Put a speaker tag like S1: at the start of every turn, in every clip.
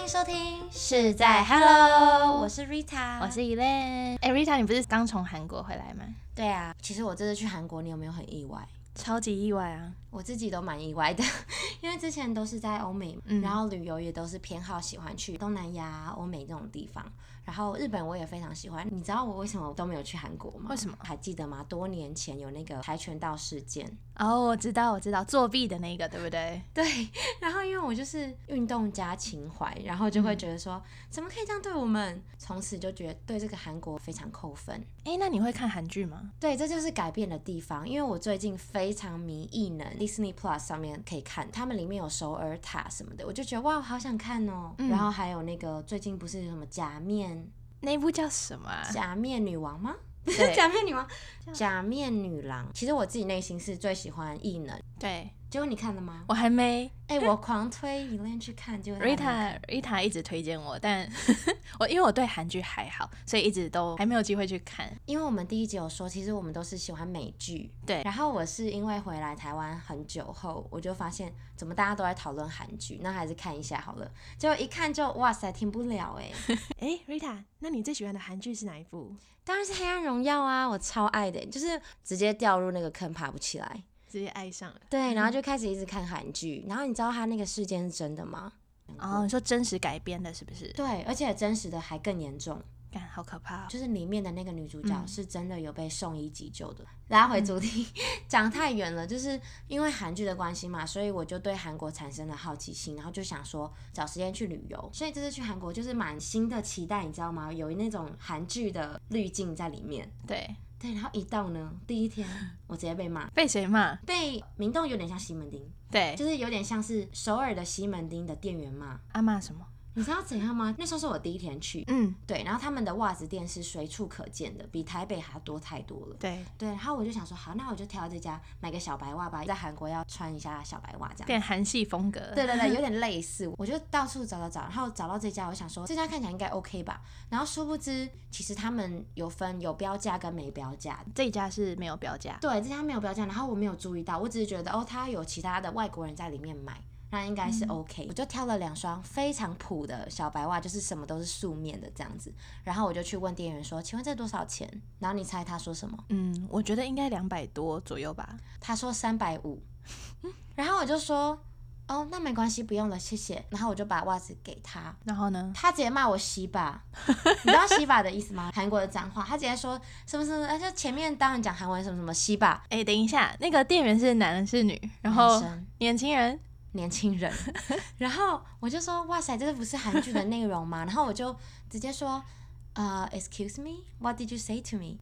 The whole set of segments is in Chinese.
S1: 迎收听
S2: 是在 Hello，
S1: 我是 Rita，
S2: 我是 Elaine。哎、r i t a 啊你不是刚从韩国回来吗？
S1: 对啊，其实我这次去韩国，你有没有很意外？
S2: 超级意外啊！
S1: 我自己都蛮意外的， 因为之前都是在欧美嘛，
S2: 嗯
S1: 然后旅游也都是偏好喜欢去东南亚、欧美这种地方。然后日本我也非常喜欢，你知道我为什么都没有去韩国吗？
S2: 为什么
S1: 还记得吗？多年前有那个跆拳道事件，
S2: 哦，我知道，我知道，作弊的那个，对不对？
S1: 对，然后因为我就是运动加情怀，然后就会
S2: 嗯
S1: 觉得说，怎么可以这样对我们？从此就觉得对这个韩国非常扣分。
S2: 哎、那你会看韩剧吗？
S1: 对，这就是改变的地方。因为我最近非常迷异能，Disney Plus 上面可以看，他们里面有首尔塔什么的，我就觉得哇，好想看哦。
S2: 嗯
S1: 然后还有那个最近不是有什么假面
S2: 那一部叫什么、啊？
S1: 假面女王吗？
S2: 对
S1: 假面女王，假面女郎。其实我自己内心是最喜欢异能，
S2: 对，
S1: 结果你看了吗？
S2: 我还没。
S1: 哎、我狂推 e l a n 去看，结果她没有看
S2: Rita Rita 一直推荐我，但 我因为我对韩剧还好，所以一直都还没有机会去看。
S1: 因为我们第一集有说，其实我们都是喜欢美剧，
S2: 对
S1: 然后我是因为回来台湾很久后，我就发现怎么大家都在讨论韩剧，那还是看一下好了。结果一看就哇塞，停不了哎、
S3: 哎、r i t a 那你最喜欢的韩剧是哪一部？
S1: 当然是《黑暗荣耀》啊，我超爱的、就是直接掉入那个坑爬不起来。
S3: 直接爱上了。
S1: 对，然后就开始一直看韩剧，然后你知道他那个事件是真的吗？
S2: 哦，你说真实改编的，是不是？
S1: 对，而且真实的还更严重，
S2: 感好可怕、哦。
S1: 就是里面的那个女主角
S2: 嗯
S1: 是真的有被送医急救的。拉回主题，讲太远了，就是因为韩剧的关系嘛，所以我就对韩国产生了好奇心，然后就想说找时间去旅游。所以这次去韩国就是满心的期待，你知道吗？有那种韩剧的滤镜在里面。
S2: 对，
S1: 对，然后一到呢，第一天我直接被骂，
S2: 被谁骂？
S1: 被明洞有点像西门町，
S2: 对，
S1: 就是有点像是首尔的西门町的店员骂。
S2: 阿骂什么？
S1: 你知道怎样吗？那时候是我第一天去，
S2: 嗯，
S1: 对，然后他们的袜子店是随处可见的，比台北还要多太多了。
S2: 对，
S1: 对，然后我就想说，好，那我就挑这家买个小白袜吧，在韩国要穿一下小白袜这样。
S2: 变韩系风格。
S1: 对对对，有点类似，我就到处找找找，然后找到这家，我想说这家看起来应该 OK 吧，然后殊不知其实他们有分有标价跟没标价。
S2: 这一家是没有标价。
S1: 对，这家没有标价，然后我没有注意到，我只是觉得哦，他有其他的外国人在里面买，那应该是 OK。我就挑了两双非常普的小白袜，就是什么都是素面的这样子，然后我就去问店员说，请问这多少钱？然后你猜他说什么？
S2: 嗯，我觉得应该两百多左右吧。
S1: 他说三百五， 然后我就说，哦，那没关系，不用了，谢谢。然后我就把袜子给他，
S2: 然后呢？
S1: 他直接骂我洗把，你知道洗把的意思吗？韩国的脏话，他直接说什么什么，而且前面当然讲韩文什么什么洗把，
S2: 哎、等一下，那个店员是男人是女？然后
S1: 男生
S2: 年轻人
S1: 年轻人， 然后我就说，哇塞，这不是韩剧的内容吗？然后我就直接说，呃、e x c u s e me，what did you say to me？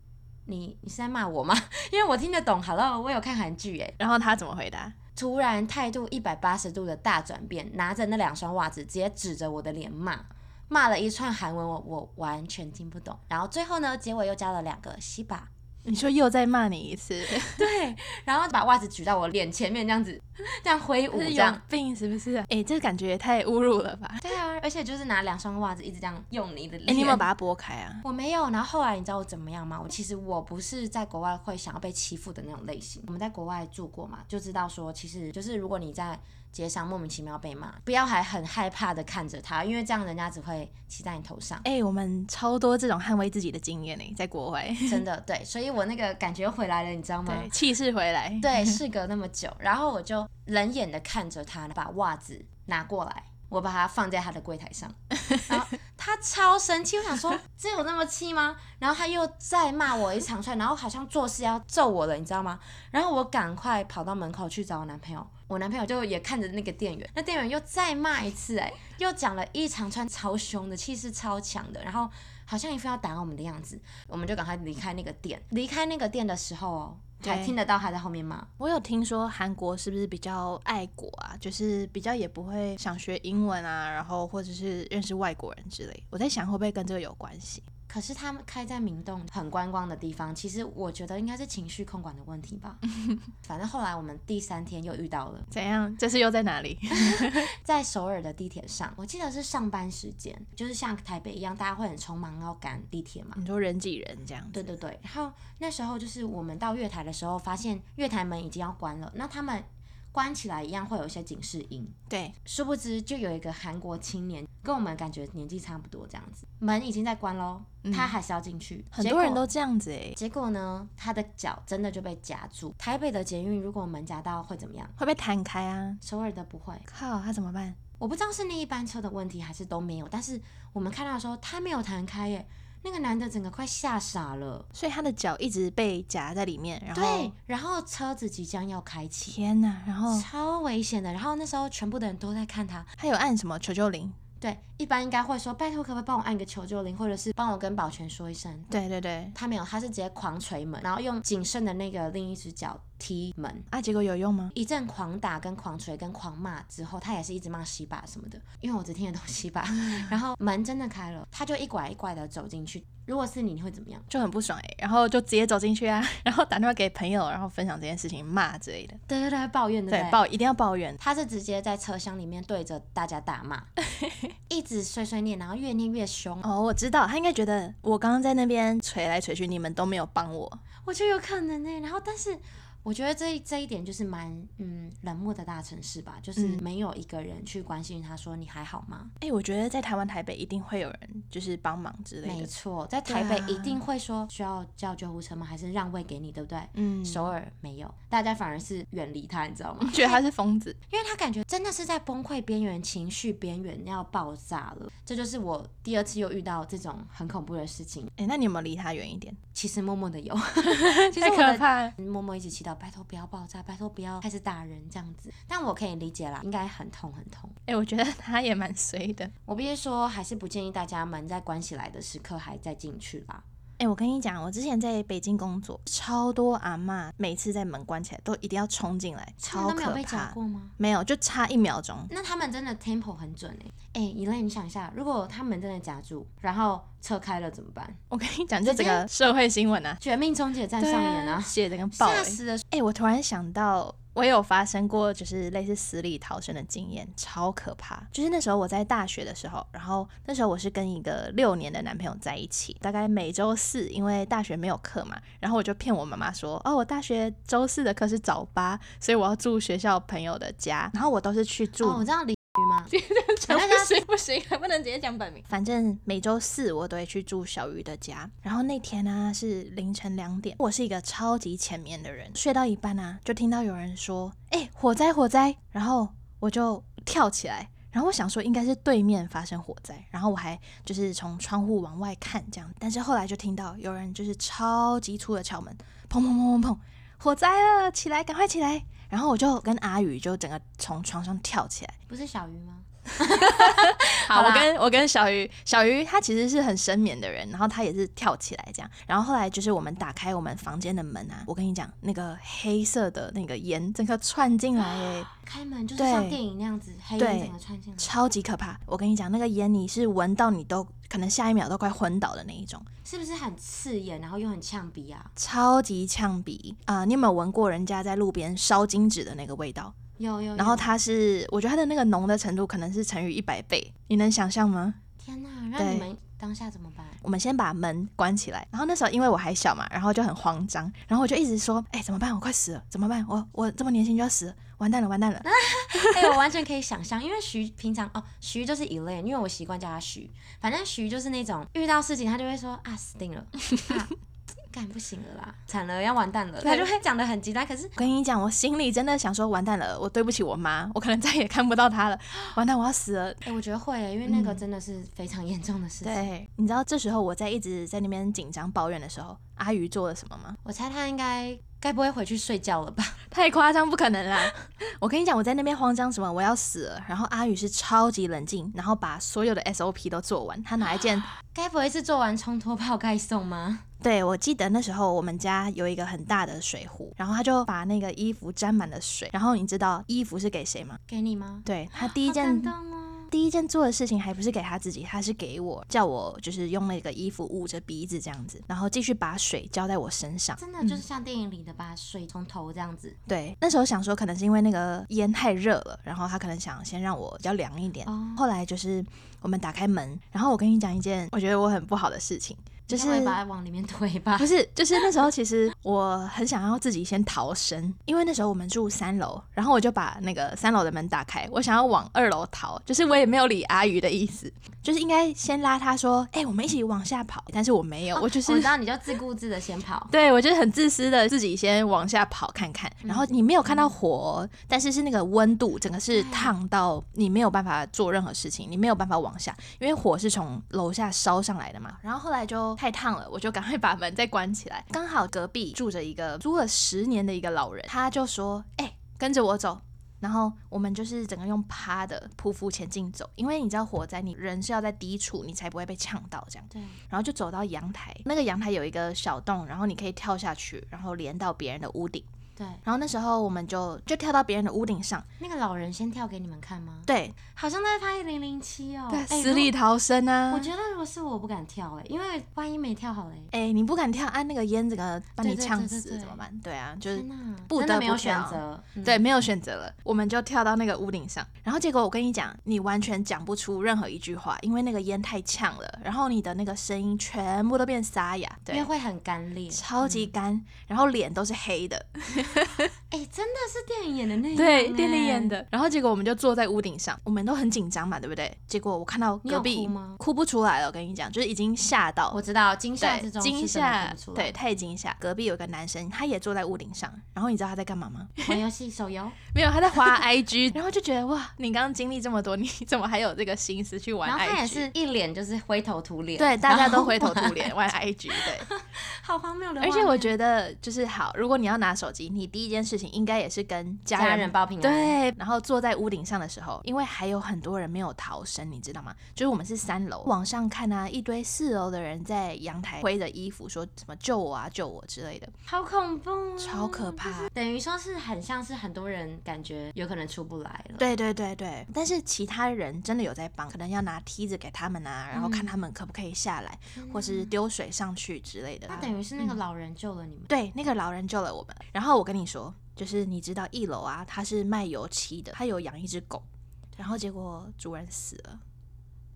S1: 你你是在骂我吗？ 因为我听得懂，Hello，我有看韩剧耶。
S2: 然后他怎么回答？
S1: 突然态度一百八十度的大转变，拿着那两双袜子直接指着我的脸骂，骂了一串韩文我，我完全听不懂。然后最后呢，结尾又加了两个西巴，
S2: 你说又再骂你一 次，
S1: 对，然后把袜子举到我脸前面这样子， 这样挥舞
S2: 这
S1: 这
S2: 是
S1: 样
S2: 有。病是不是、啊？哎、这感觉也太侮辱了吧？
S1: 对啊，而且就是拿两双袜子一直这样用你的
S2: 哎、
S1: 脸。
S2: 你有没有把它拨开啊？
S1: 我没有，然后后来你知道我怎么样吗？我其实我不是在国外会想要被欺负的那种类型。我们在国外住过嘛，就知道说，其实就是如果你在街上莫名其妙被骂，不要还很害怕的看着他，因为这样人家只会骑在你头上。
S2: 哎、我们超多这种捍卫自己的经验呢、在国外，
S1: 真的对，所以我那个感觉回来了，你知道吗？
S2: 对，气势回来，
S1: 对，事隔那么久，然后我就冷眼的看着他把袜子拿过来，我把它放在他的柜台上， 然后他超生气，我想说这有那么气吗？然后他又再骂我一长串，然后好像做事要揍我了，你知道吗？然后我赶快跑到门口去找我男朋友，我男朋友就也看着那个店员，那店员又再骂一次、哎，又讲了一长串超凶的，气势超强的，然后好像一副要打我们的样子，我们就赶快离开那个店。离开那个店的时候哦，还
S2: 对
S1: 听得到他在后面骂。
S2: 我有听说韩国是不是比较爱国啊？就是比较也不会想学英文啊，然后或者是认识外国人之类。我在想会不会跟这个有关系？
S1: 可是他们开在明洞很观光的地方，其实我觉得应该是情绪控管的问题吧。反正后来我们第三天又遇到了，
S2: 怎样？这是又在哪里？
S1: 在首尔的地铁上，我记得是上班时间，就是像台北一样，大家会很匆忙要赶地铁嘛。
S2: 你说人挤人这样子？
S1: 对对对，然后那时候就是我们到月台的时候，发现月台门已经要关了，那他们。关起来一样会有一些警示音。
S2: 对，
S1: 殊不知，就有一个韩国青年跟我们感觉年纪差不多这样子，门已经在关喽，他还是要进去。
S2: 嗯很多人
S1: 结果
S2: 都这样子哎、
S1: 结果呢，他的脚真的就被夹住。台北的捷运如果门夹到会怎么样？
S2: 会被弹开啊！
S1: 首尔的不会，
S2: 靠，他怎么办？
S1: 我不知道是另一班车的问题还是都没有。但是我们看到的时候，他没有弹开耶，那个男的整个快吓傻了。
S2: 所以他的脚一直被夹在里面，然后
S1: 对，然后车子即将要开启，
S2: 天哪！然后
S1: 超危险的。然后那时候全部的人都在看他，
S2: 他有按什么求救铃？
S1: 对，一般应该会说拜托可不可以帮我按一个求救铃，或者是帮我跟保全说一声。
S2: 对对对，
S1: 他没有，他是直接狂捶门，然后用仅剩的那个另一只脚踢门。
S2: 啊，结果有用吗？
S1: 一阵狂打、跟狂捶、跟狂骂之后，他也是一直骂西巴什么的，因为我只听得懂西 巴。然后门真的开了，他就一拐一拐的走进去。如果是你，你会怎么样？
S2: 就很不爽哎、然后就直接走进去啊， 然后打电话给朋友，然后分享这件事情，骂之类的，
S1: 对对对，抱怨对不
S2: 对，
S1: 对？
S2: 抱一定要抱怨，
S1: 他是直接在车厢里面对着大家大 骂，一直碎碎念，然后越念越凶。
S2: 哦，我知道，他应该觉得我刚刚在那边捶来捶去，你们都没有帮我。
S1: 我觉得有可能呢、然后，但是我觉得这这一点就是蛮嗯冷漠的大城市吧，就是
S2: 嗯
S1: 没有一个人去关心他说你还好吗？
S2: 哎、我觉得在台湾台北一定会有人就是帮忙之类
S1: 没
S2: 的。
S1: 错，在
S2: 对
S1: 台北
S2: 啊
S1: 一定会说需要叫救护车吗？还是让位给你，对不对？
S2: 嗯，
S1: 首尔没有，大家反而是远离他，你知道吗？
S2: 觉得他是疯子，
S1: 因为他感觉真的是在崩溃边缘、情绪边缘要爆炸了。这就是我第二次又遇到这种很恐怖的事情。
S2: 哎、那你有没有离他远一点？
S1: 其实默默的有， 其实
S2: 太
S1: 我
S2: 可
S1: 的
S2: 怕了。
S1: 默默一直祈祷，拜托不要爆炸，拜托不要开始打人这样子。但我可以理解啦，应该很痛很痛。
S2: 哎、我觉得他也蛮衰的。
S1: 我必须说，还是不建议大家门在关起来的时刻还再进去啦。
S2: 哎、我跟你讲，我之前在北京工作，超多阿嬷每次在门关起来都一定要冲进来，
S1: 他们
S2: 超
S1: 都没有
S2: 可
S1: 被夹
S2: 怕。
S1: 过吗？
S2: 没有，就差一秒钟。
S1: 那他们真的 tempo 很准哎、欸。哎、以类，你想一下，如果他们真的夹住，然后车开了怎么办？
S2: 我跟你讲，就
S1: 直接
S2: 整个社会新闻啊，
S1: 绝命终结站上演啊！
S2: 写整个爆、
S1: 吓
S2: 欸。
S1: 死了！
S2: 哎、我突然想到，我也有发生过就是类似死里逃生的经验，超可怕。就是那时候我在大学的时候，然后那时候我是跟一个六年的男朋友在一起，大概每周四，因为大学没有课嘛，然后我就骗我妈妈说，哦，我大学周四的课是早八，所以我要住学校朋友的家，然后我都是去住
S1: 哦，我知道鲤鱼吗？
S2: 讲
S1: 那
S2: 不
S1: 他
S2: 行不行，还不能直接讲本名。反正每周四我都会去住小鱼的家，然后那天呢、是凌晨两点，我是一个超级前面的人，睡到一半啊就听到有人说：“哎、火灾火灾！”然后我就跳起来。然后我想说应该是对面发生火灾，然后我还就是从窗户往外看这样，但是后来就听到有人就是超级粗的敲门，砰砰砰砰砰，火灾了，起来，赶快起来！然后我就跟阿宇就整个从床上跳起来，
S1: 不是小鱼吗？
S2: 好，
S1: 好
S2: 我
S1: 啦
S2: 跟我跟小鱼，小鱼他其实是很深眠的人，然后他也是跳起来这样，然后后来就是我们打开我们房间的门啊，我跟你讲，那个黑色的那个烟整个窜进来耶，
S1: 开门就是
S2: 对
S1: 像电影那样子，黑
S2: 对
S1: 影整个穿进来，
S2: 超级可怕。我跟你讲，那个烟你是闻到你都可能下一秒都快昏倒的那一种，
S1: 是不是很刺眼，然后又很呛鼻啊？
S2: 超级呛鼻啊、你有没有闻过人家在路边烧金纸的那个味道？
S1: 有有。
S2: 然后
S1: 有
S2: 它是，我觉得它的那个浓的程度可能是乘以一百倍，你能想象吗？
S1: 天哪，那
S2: 对
S1: 你们当下怎么办？
S2: 我们先把门关起来。然后那时候因为我还小嘛，然后就很慌张，然后我就一直说，哎、怎么办？我快死了，怎么办？我我这么年轻就要死了，完蛋了，完蛋了。
S1: 哎、我完全可以想象，因为徐平常哦，徐就是 Elaine，因为我习惯叫他徐，反正徐就是那种遇到事情他就会说啊死定了， 啊干不行了啦，惨了要完蛋了，他就会讲的很极端，可是
S2: 我跟你讲，我心里真的想说，完蛋了，我对不起我妈，我可能再也看不到她了，完蛋，我要死了。
S1: 哎、我觉得会耶，因为那个真的是非常严重的事情。
S2: 嗯对，你知道这时候我在一直在那边紧张抱怨的时候，阿鱼做了什么吗？
S1: 我猜他应该该不会回去睡觉了吧？
S2: 太夸张，不可能啦！ 我跟你讲，我在那边慌张什么，我要死了。然后阿宇是超级冷静，然后把所有的 SOP 都做完。他拿一件，
S1: 该不会是做完冲脱泡盖送吗？
S2: 对我记得那时候我们家有一个很大的水壶，然后他就把那个衣服沾满了水。然后你知道衣服是给谁吗？
S1: 给你吗？
S2: 对他第一
S1: 好
S2: 件
S1: 感动哦，
S2: 第一件做的事情还不是给他自己，他是给我，叫我就是用那个衣服捂着鼻子这样子，然后继续把水浇在我身上。
S1: 真的就是像电影里的吧，水从头这样子。
S2: 对，那时候想说可能是因为那个烟太热了，然后他可能想先让我比较凉一点。
S1: 哦
S2: 后来就是我们打开门，然后我跟你讲一件我觉得我很不好的事情，就
S1: 你
S2: 是
S1: 该不会把它往里面推吧
S2: 不。是，就是那时候其实我很想要自己先逃生，因为那时候我们住三楼，然后我就把那个三楼的门打开，我想要往二楼逃，就是我也没有理阿宇的意思，就是应该先拉他说，哎、我们一起往下跑，但是我没有，我就是、
S1: 我知哦道你就自顾自的先 跑，
S2: 对，我就是很自私的，自己先往下跑看看，然后你没有看到火哦，但是是那个温度，整个是烫到你没有办法做任何事情，你没有办法往下，因为火是从楼下烧上来的嘛。然后后来就太烫了，我就赶快把门再关起来。 刚好隔壁住着一个租了十年的一个老人，他就说：“哎、跟着我走。”然后我们就是整个用趴的匍匐前进走，因为你知道火灾，你人是要在低处，你才不会被呛到这样。
S1: 对，
S2: 然后就走到阳台，那个阳台有一个小洞，然后你可以跳下去，然后连到别人的屋顶。
S1: 对，
S2: 然后那时候我们就就跳到别人的屋顶上，
S1: 那个老人先跳给你们看吗？
S2: 对，
S1: 好像在拍零零七哦，哎
S2: 死里、逃生
S1: 如
S2: 啊！
S1: 果我觉得如果是我，我不敢跳哎、因为万一没跳好嘞，
S2: 哎、你不敢跳，按那个烟这个把你
S1: 对对
S2: 呛
S1: 对对嗯
S2: 死
S1: 对
S2: 怎么办？对啊，就是
S1: 天哪，
S2: 不
S1: 真
S2: 得
S1: 的
S2: 不
S1: 没有选
S2: 跳
S1: 择，嗯
S2: 对，没有选择了，我们就跳到那个屋顶上。然后结果我跟你讲，你完全讲不出任何一句话，因为那个烟太呛了，然后你的那个声音全部都变沙哑，
S1: 因为
S2: 对，
S1: 会嗯很干裂，
S2: 超级干，然后脸都是黑的，
S1: 哎、真的是电影演的那样、
S2: 对，
S1: 哎
S2: 店里演。的。欸然后结果我们就坐在屋顶上，我们都很紧张嘛，对不对？结果我看到
S1: 你
S2: 隔
S1: 有
S2: 壁
S1: 哭吗
S2: 不出来了，我跟你讲，就是已经吓到，
S1: 我知道惊吓之
S2: 对
S1: 中
S2: 惊
S1: 是真的
S2: 吓
S1: 看不出，来
S2: 对，，太惊吓。隔壁有个男生，他也坐在屋顶上，然后你知道他在干嘛吗？
S1: 玩游戏手游，
S2: 没有，他在 滑 IG，然后就觉得哇，你刚刚经历这么多，你怎么还有这个心思去玩
S1: 然后
S2: IG？
S1: 他也是一脸就是灰头土脸，
S2: 对，大家
S1: 然后
S2: 都灰头土脸玩 IG，对。
S1: 好荒谬的画
S2: 而
S1: 面。
S2: 且我觉得就是好，如果你要拿手机，你第一件事情应该也是跟家人
S1: 家人报平安
S2: 对，然后坐在屋顶上的时候，因为还有很多人没有逃生，你知道吗？就是我们是三楼，往上看啊，一堆四楼的人在阳台挥着衣服说什么“救我啊，救我”之类的，
S1: 好恐怖、哦，
S2: 超可怕。
S1: 等于说是很像是很多人感觉有可能出不来了。，
S2: 对对对对，但是其他人真的有在帮，可能要拿梯子给他们啊，然后看
S1: 嗯
S2: 他们可不可以下来，或是丢水上去之类的啊。
S1: 那等于是那个老人救了你们。
S2: 对，那个老人救了我们。然后我跟你说，就是你知道一楼啊，他是卖油漆的，他有养一只狗，然后结果主人死了。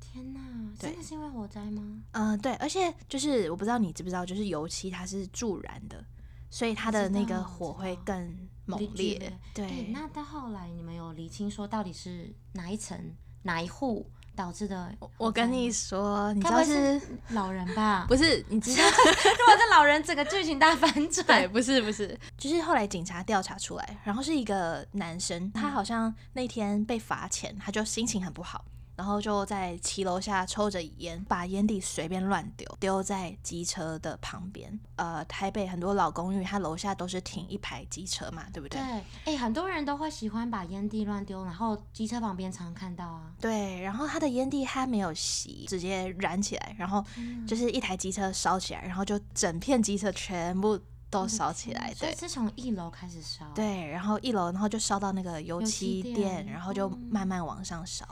S1: 天哪，
S2: 对
S1: 真的是因为火灾吗？
S2: 嗯、对，而且就是我不知道你知不知道，就是油漆它是助燃的，所以它的
S1: 知
S2: 那个
S1: 道
S2: 火
S1: 知
S2: 会
S1: 道
S2: 更猛
S1: 离剧
S2: 烈
S1: 烈。
S2: 对、
S1: 哎那到后来你们有厘清说到底是哪一层哪一户导致的火灾吗？
S2: 我跟你说，你知
S1: 该不
S2: 道
S1: 会
S2: 是
S1: 是老人吧？
S2: 不是？你知道
S1: 如果是老人，整个剧情大反
S2: 对，
S1: 转。
S2: 哎不是不是，就是后来警察调查出来，然后是一个男生，他好像那天被罚钱，他就心情很不好，然后就在骑楼下抽着烟，把烟蒂随便乱丢，丢在机车的旁边。呃，台北很多老公寓，它楼下都是停一排机车嘛，对不
S1: 对，
S2: 对？
S1: 哎、很多人都会喜欢把烟蒂乱丢，然后机车旁边常看到啊。
S2: 对，然后他的烟蒂他没有吸，直接燃起来，然后就是一台机车烧起来，然后就整片机车全部都烧起来，
S1: 所
S2: 对
S1: 以。是从一楼开始烧。，
S2: 对，然后一楼，然后就烧到那个油
S1: 油
S2: 漆
S1: 漆
S2: 店，
S1: 店
S2: 然后就
S1: 嗯
S2: 慢慢往上烧。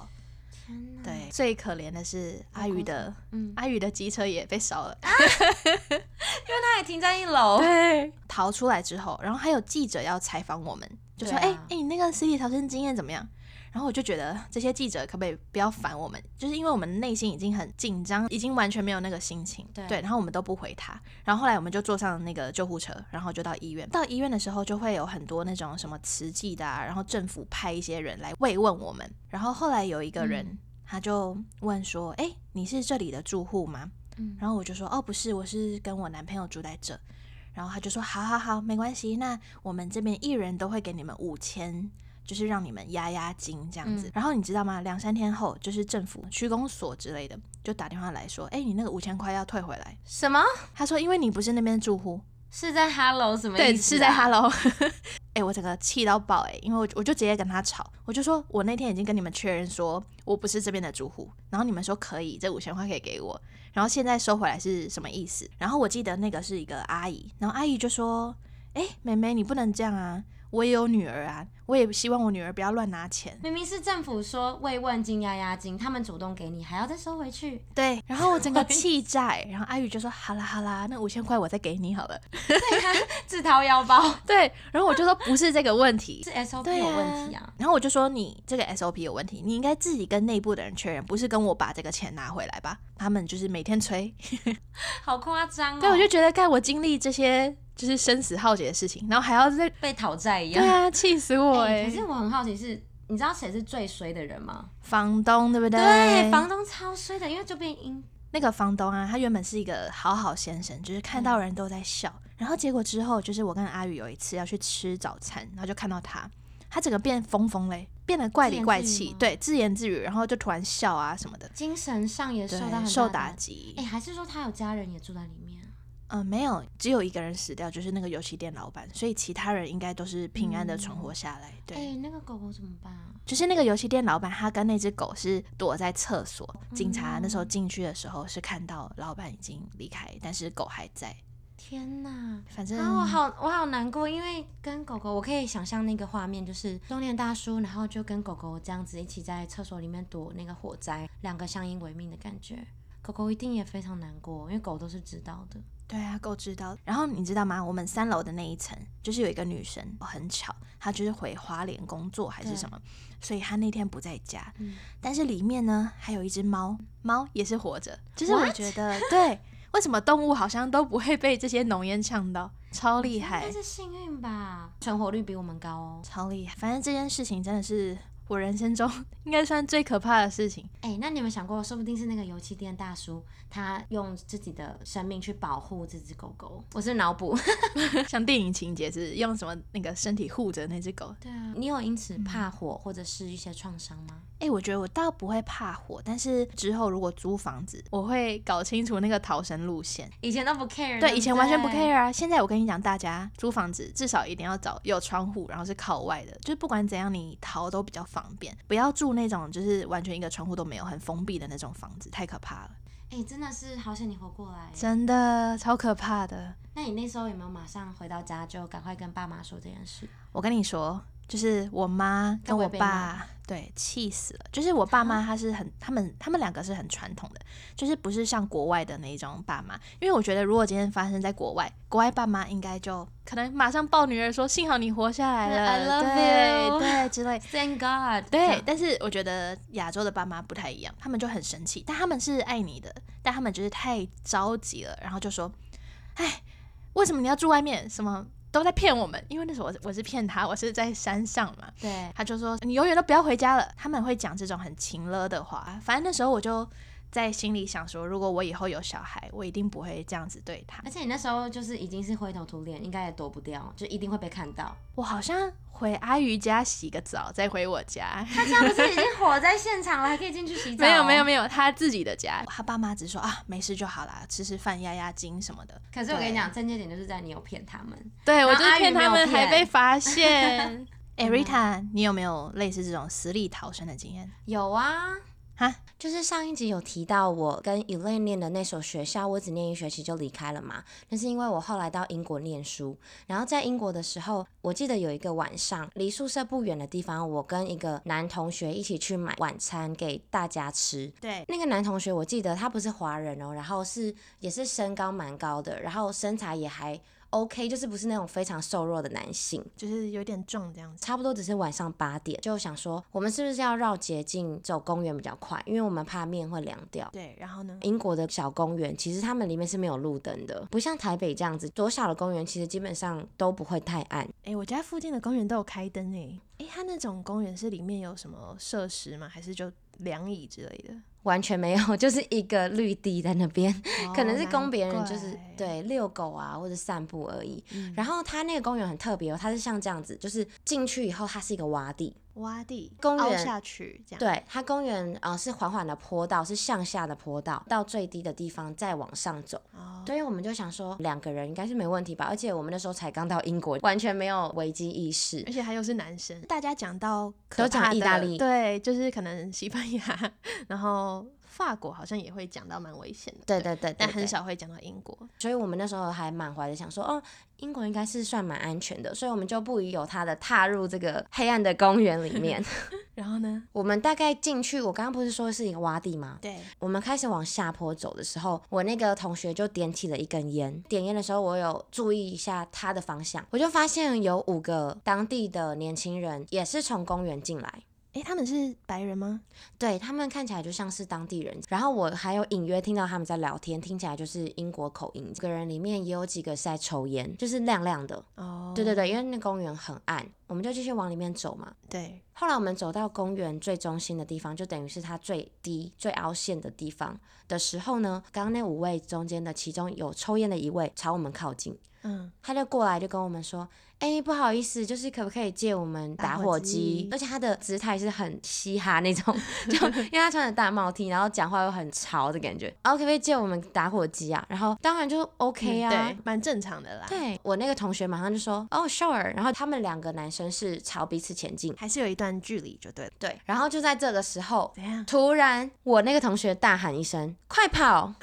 S1: 天哪！
S2: 对，，最可怜的是阿
S1: 好夸
S2: 宇的，
S1: 嗯，
S2: 阿宇的机车也被烧 了。
S1: 他也停在一楼。
S2: 对，逃出来之后，然后还有记者要采访我们，就
S1: 对
S2: 说：“哎哎、
S1: 啊
S2: 你那个死里逃生经验怎么样？”然后我就觉得这些记者可不可以不要烦我们，就是因为我们内心已经很紧张，已经完全没有那个心情。
S1: 对
S2: 然后我们都不回他。然后后来我们就坐上那个救护车，然后就到医院。到医院的时候，就会有很多那种什么慈济的、啊，然后政府派一些人来慰问我们。然后后来有一个人，
S1: 嗯
S2: 他就问说：“哎、你是这里的住户吗？”
S1: 嗯
S2: 然后我就说：“哦，不是，我是跟我男朋友住在这。”然后他就说：“好好好，没关系，那我们这边一人都会给你们五千，就是让你们压压惊这样子。
S1: 嗯
S2: 然后你知道吗？两三天后，就是政府区公所之类的就打电话来说：‘哎、你那个五千块要退回来。
S1: 什么？’
S2: 他说：‘因为你不是那边住户，
S1: 是在 Hello 什么意思、啊？
S2: 对，是在 Hello。’哎、 我整个气到爆哎、因为我我就直接跟他吵，我就说我那天已经跟你们确认说我不是这边的住户，然后你们说可以，这五千块可以给我，然后现在收回来是什么意思？然后我记得那个是一个阿姨，然后阿姨就说：“哎、妹妹，你不能这样啊，我也有女儿啊，我也希望我女儿不要乱拿钱。
S1: 明明是政府说慰问金、压压惊，他们主动给你，还要再收回 去，
S2: 对，然后我整个气炸，欸然后阿宇就说：“好啦好啦，那五千块我再给你好了。
S1: 对啊，自掏腰包”
S2: 对，然后我就说不是这个问题
S1: 是，SOP
S2: 对
S1: 有问题啊。
S2: 然后我就说你这个 SOP 有问题，你应该自己跟内部的人确认，不是跟我把这个钱拿回来吧？他们就是每天催，
S1: 好夸张哦！
S2: 对，我就觉得该我经历这些就是生死浩劫的事情，然后还要再
S1: 被讨债一样。
S2: 对啊，气死我
S1: 哎
S2: 哎、
S1: 可是我很好奇是，你知道谁是最衰的人吗？
S2: 房东对不对？
S1: 对，房东超衰的，因为就变阴。
S2: 那个房东啊，他原本是一个好好先生，就是看
S1: 嗯
S2: 到人都在笑，然后结果之后就是我跟阿宇有一次要去吃早餐，然后就看到他，他整个变疯疯嘞，变得怪里怪
S1: 自
S2: 气
S1: 言自语吗，
S2: 对，自言自语，然后就突然笑啊什么的，
S1: 精神上也受
S2: 对
S1: 到很大，的
S2: 受打。击。
S1: 哎、还是说他有家人也住在里面啊？
S2: 呃，没有，只有一个人死掉，就是那个油漆店老板，所以其他人应该都是平安的存活下来。
S1: 哎、
S2: 对，
S1: 那个狗狗怎么办啊？
S2: 就是那个油漆店老板，他跟那只狗是躲在厕所，警察
S1: 嗯
S2: 那时候进去的时候是看到老板已经离开，但是狗还在。
S1: 天哪！
S2: 反正、
S1: 啊，我好我好难过，因为跟狗狗，我可以想象那个画面，就是中年大叔，然后就跟狗狗这样子一起在厕所里面躲那个火灾，两个相依为命的感觉。狗狗一定也非常难过，因为狗都是知道的。
S2: 对啊，够知道。然后你知道吗？我们三楼的那一层就是有一个女生，很巧，她就是回花莲工作还是什么，所以她那天不在家。
S1: 嗯
S2: 但是里面呢还有一只猫，猫也是活着。就是我
S1: What？
S2: 觉得对，为什么动物好像都不会被这些浓烟呛到？超厉
S1: 应
S2: 害
S1: 该，是幸运吧，存活率比我们高哦。
S2: 超厉害。反正这件事情真的是我人生中 应该算最可怕的事情。
S1: 哎、那你有没有想过，说不定是那个油漆店大叔，他用自己的生命去保护这只狗狗？我是脑补。
S2: 像电影情节是用什么那个身体护着那只狗，
S1: 对啊，你有因
S2: 嗯
S1: 此怕火或者是一些创伤吗？
S2: 哎、我觉得我倒不会怕火，但是之后如果租房子，我会搞清楚那个逃生路线。
S1: 以前都不 care，
S2: 对，以前完全不
S1: 对
S2: care 啊。现在我跟你讲，大家租房子至少一定要找有窗户，然后是靠外的，就是不管怎样你逃都比较方便。不要住那种就是完全一个窗户都没有、很封闭的那种房子，太可怕了，
S1: 哎、真的是好险你活过来。
S2: 真的超可怕的。
S1: 那你那时候有没有马上回到家就赶快跟爸妈说这件事？
S2: 我跟你说，就是我妈
S1: 该
S2: 跟
S1: 不会
S2: 我
S1: 被骂
S2: 爸，对，气死了。就是我爸妈，他是很，他们他们两个是很传统的，就是不是像国外的那种爸妈。因为我觉得，如果今天发生在国外，国外爸妈应该就可能马上抱女儿说：“幸好你活下来了
S1: I love
S2: 对
S1: you
S2: 对之类。
S1: Thank God 这
S2: 对
S1: 样，，
S2: 但是我觉得亚洲的爸妈不太一样，他们就很生气，但他们是爱你的，但他们就是太着急了，然后就说：“哎，为什么你要住外面？什么都在骗我们？”因为那时候我是我是骗他，我是在山上嘛，
S1: 对，
S2: 他就说：“你永远都不要回家了。”他们会讲这种很情勒的话，反正那时候我就在心里想说，如果我以后有小孩，我一定不会这样子对他哎
S1: 而。且你那时候就是已经是灰头土脸，应该也躲不掉，就一定会被看到。
S2: 我好像回阿瑜家洗个澡，再回我家。
S1: 他这样不是已经火在现场了，还可以进去洗澡、
S2: 没有没有。没有，他自己的家，哦他爸妈只是说啊，没事就好啦，吃吃饭压压惊什么的。
S1: 可是我跟你
S2: 对
S1: 讲，症结点就是在你有骗他们。
S2: 对我
S1: 然后
S2: 就是
S1: 阿
S2: 骗
S1: 宇没
S2: 他
S1: 有
S2: 们，还
S1: 骗
S2: 被发 现。哎、r i t a 你有没有类似这种死里逃生的 经验？
S1: 有啊，
S2: 哈，
S1: 就是上一集有提到我跟 Elaine 念的那所学校，我只念一学期就离开了嘛。那是因为我后来到英国念书，然后在英国的时候，我记得有一个晚上，离宿舍不远的地方，我跟一个男同学一起去买晚餐给大家吃。
S2: 对，
S1: 那个男同学，我记得他不是华人哦，然后是也是身高蛮高的，然后身材也还 OK，就是不是那种非常瘦弱的男性。
S4: 就是有点重这样子。
S1: 差不多只是晚上八点，就想说我们是不是要绕捷径走公园比较快，因为我们怕面会凉掉。
S4: 对，然后呢？
S1: 英国的小公园其实他们里面是没有路灯的，不像台北这样子，多小的公园其实基本上都不会太暗。
S4: 哎、我家附近的公园都有开灯哎、哎、它那种公园是里面有什么设施吗？还是就凉椅之类的？
S1: 完全没有， 就是一个绿地在那边，可能是供别人
S2: 哦难
S1: 就是
S2: 怪嗯
S1: 对遛狗啊或者散步而已。然后它那个公园很特别哦，它是像这样子，就是进去以后它是一个洼地，
S2: 洼地
S1: 公
S2: 凹
S1: 园
S2: 下去这样。
S1: 对，它公园呃是缓缓的坡道，是向下的坡道，到最低的地方再往上走。
S4: 哦，
S1: 对，我们就想说两个人应该是没问题吧，而且我们那时候才刚到英国，完全没有危机意识
S4: 而。且他又是男生。大家讲到
S1: 都
S4: 可
S1: 讲
S4: 怕的
S1: 意大利
S4: 对，就是可能西班牙，然后
S2: 法国好像也会讲到蛮危险的，
S1: 对对对，对
S2: 但很
S1: 对
S2: 少会讲到英国。
S1: 所以我们那时候还满怀着想说，哦，英国应该是算蛮安全的，所以我们就不宜有他的踏入这个黑暗的公园里 面。
S2: 然后呢，
S1: 我们大概进去，我刚刚不是说是一个洼地吗？
S5: 对，
S1: 我们开始往下坡走的时候，我那个同学就点起了一根烟。点烟的时候，我有注意一下他的方向，我就发现有五个当地的年轻人也是从公园进来。
S5: 哎，他们是白人吗？
S1: 对他们看起来就像是当地人，然后我还有隐约听到他们在聊天，听起来就是英国口音。这个人里面也有几个是在抽烟，就是亮亮的。
S2: 哦，
S1: 对对对，因为那公园很暗，我们就继续往里面走嘛。
S5: 对，
S1: 后来我们走到公园最中心的地方，就等于是它最低、最凹陷的地方的时候呢，刚刚那五位中间的其中有抽烟的一位朝我们靠近，
S2: 嗯，
S1: 他就过来就跟我们说：“哎、不好意思，就是可不可以借我们打火机
S2: 打火机？”
S1: 而且他的姿态是很嘻哈那种， 就因为他穿着大帽 T，然后讲话又很潮的感觉。然后可不可以借我们打火机啊？然后当然就 OK 啊。
S2: 嗯对，蛮正常的啦。，
S1: 对我那个同学马上就说哦、sure，然后他们两个男生是朝彼此前进，
S2: 还是有一段距离就对了。
S1: 对，然后就在这个时候，
S2: 怎样？
S1: 突然我那个同学大喊一声“快跑”，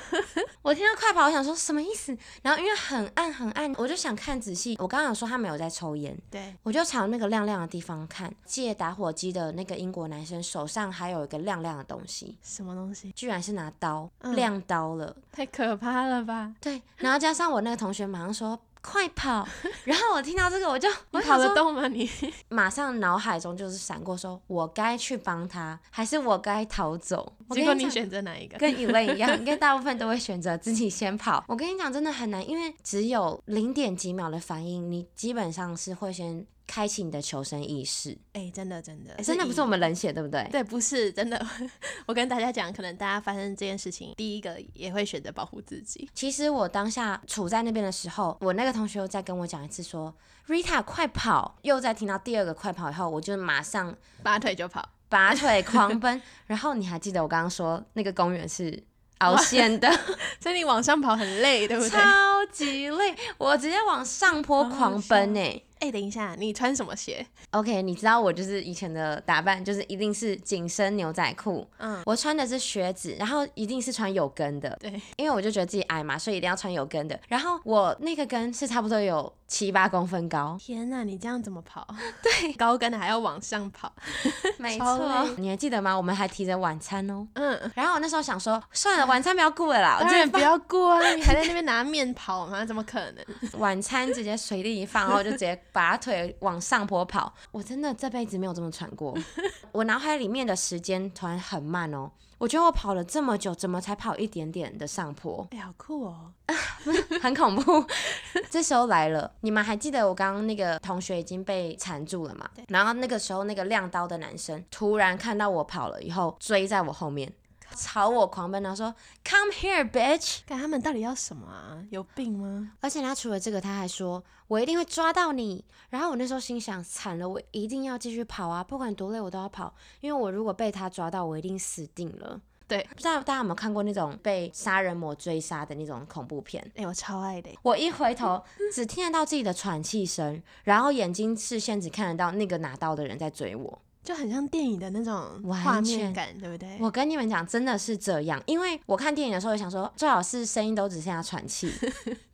S1: 我听到“快跑”，我想说什么意思？然后因为很暗很暗，我就想看仔细。我刚刚有说他没有在抽烟，
S2: 对，
S1: 我就朝那个亮亮的地方看。借打火机的那个英国男生手上还有一个亮亮的东西，
S2: 什么东西？
S1: 居然是拿刀，
S2: 嗯
S1: 亮刀了。
S2: 太可怕了吧！
S1: 对，然后加上我那个同学马上说。快跑！ 然后我听到这个，我就
S2: 你
S1: 我
S2: 跑
S1: 想
S2: 得
S1: 说，
S2: 动吗你？
S1: 马上脑海中就是闪过说，我该去帮他，还是我该逃走？我跟
S2: 结果
S1: 你
S2: 你
S1: 讲
S2: 选择 哪一个？
S1: 跟以为一样，应该大部分都会选择自己先跑。我跟你讲，真的很难，因为只有零点几秒的反应，你基本上是会先开启你的求生意识。
S2: 哎，真的真的，
S1: 真的不是我
S2: 们。
S1: 们冷血，对不对？
S2: 对，不是真的。 我跟大家讲，可能大家发生这件事情，第一个也会选择保护自己。
S1: 其实我当下处在那边的时候，我那个同学又再跟我讲一次说，Rita 快跑！又在听到第二个快跑以后，我就马上
S2: 拔腿就跑。
S1: 拔腿狂 奔。然后你还记得我刚刚说那个公园是凹陷 的，
S2: 所以你往上跑很累，对不对？
S1: 超级累，我直接往上坡
S2: 好好
S1: 狂奔
S2: 笑
S1: 哎、
S2: 哎、等一下，你穿什么鞋？
S1: OK，你知道我就是以前的打扮，就是一定是紧身牛仔裤，
S2: 嗯，
S1: 我穿的是靴子，然后一定是穿有跟的，
S2: 对，，
S1: 因为我就觉得自己矮嘛，所以一定要穿有跟的。然后我那个跟是差不多有七八公分高
S2: 天哪，你这样怎么跑？ 对，高跟的还要往上跑。
S1: 没
S2: 超累，
S1: 你还记得吗？我们还提着晚餐哦。
S2: 嗯，
S1: 然后我那时候想说，算 了，晚餐不要顾了啦，我
S2: 当
S1: 真
S2: 然
S1: 的
S2: 不要过啊！你还在那 边拿面跑吗？怎么可能？？
S1: 晚餐直接随地一放，然后就直接拔腿往上坡跑。我真的这辈子没有这么喘过。我脑海里面的时间突然很慢哦，我觉得我跑了这么久，怎么才跑一点点的上坡
S2: 哎、好酷哦！
S1: 很恐怖。 这时候来了，你们还记得我刚刚那个同学已经被缠住了嘛？然后那个时候那个亮刀的男生突然看到我跑了以后，追在我后面，朝我狂奔，然后说 “Come here, bitch”。
S2: 看他们到底要什么啊？有病吗？
S1: 而且他除了这个，他还说我一定会抓到你。然后我那时候心想，惨了，我一定要继续跑啊，不管多累我都要跑，因为我如果被他抓到，我一定死定了。
S2: 对
S1: 不知道大家有没有看过那种被杀人魔追杀的那种恐怖片？
S2: 哎、我超爱的。
S1: 我一回头，只听得到自己的喘气声，然后眼睛视线只看得到那个拿刀的人在追我。
S2: 就很像电影的那种
S1: 完
S2: 画面
S1: 全
S2: 感，对不对？
S1: 我跟你们讲，真的是这样，因为我看电影的时候，我想说最好是声音都只剩下喘气，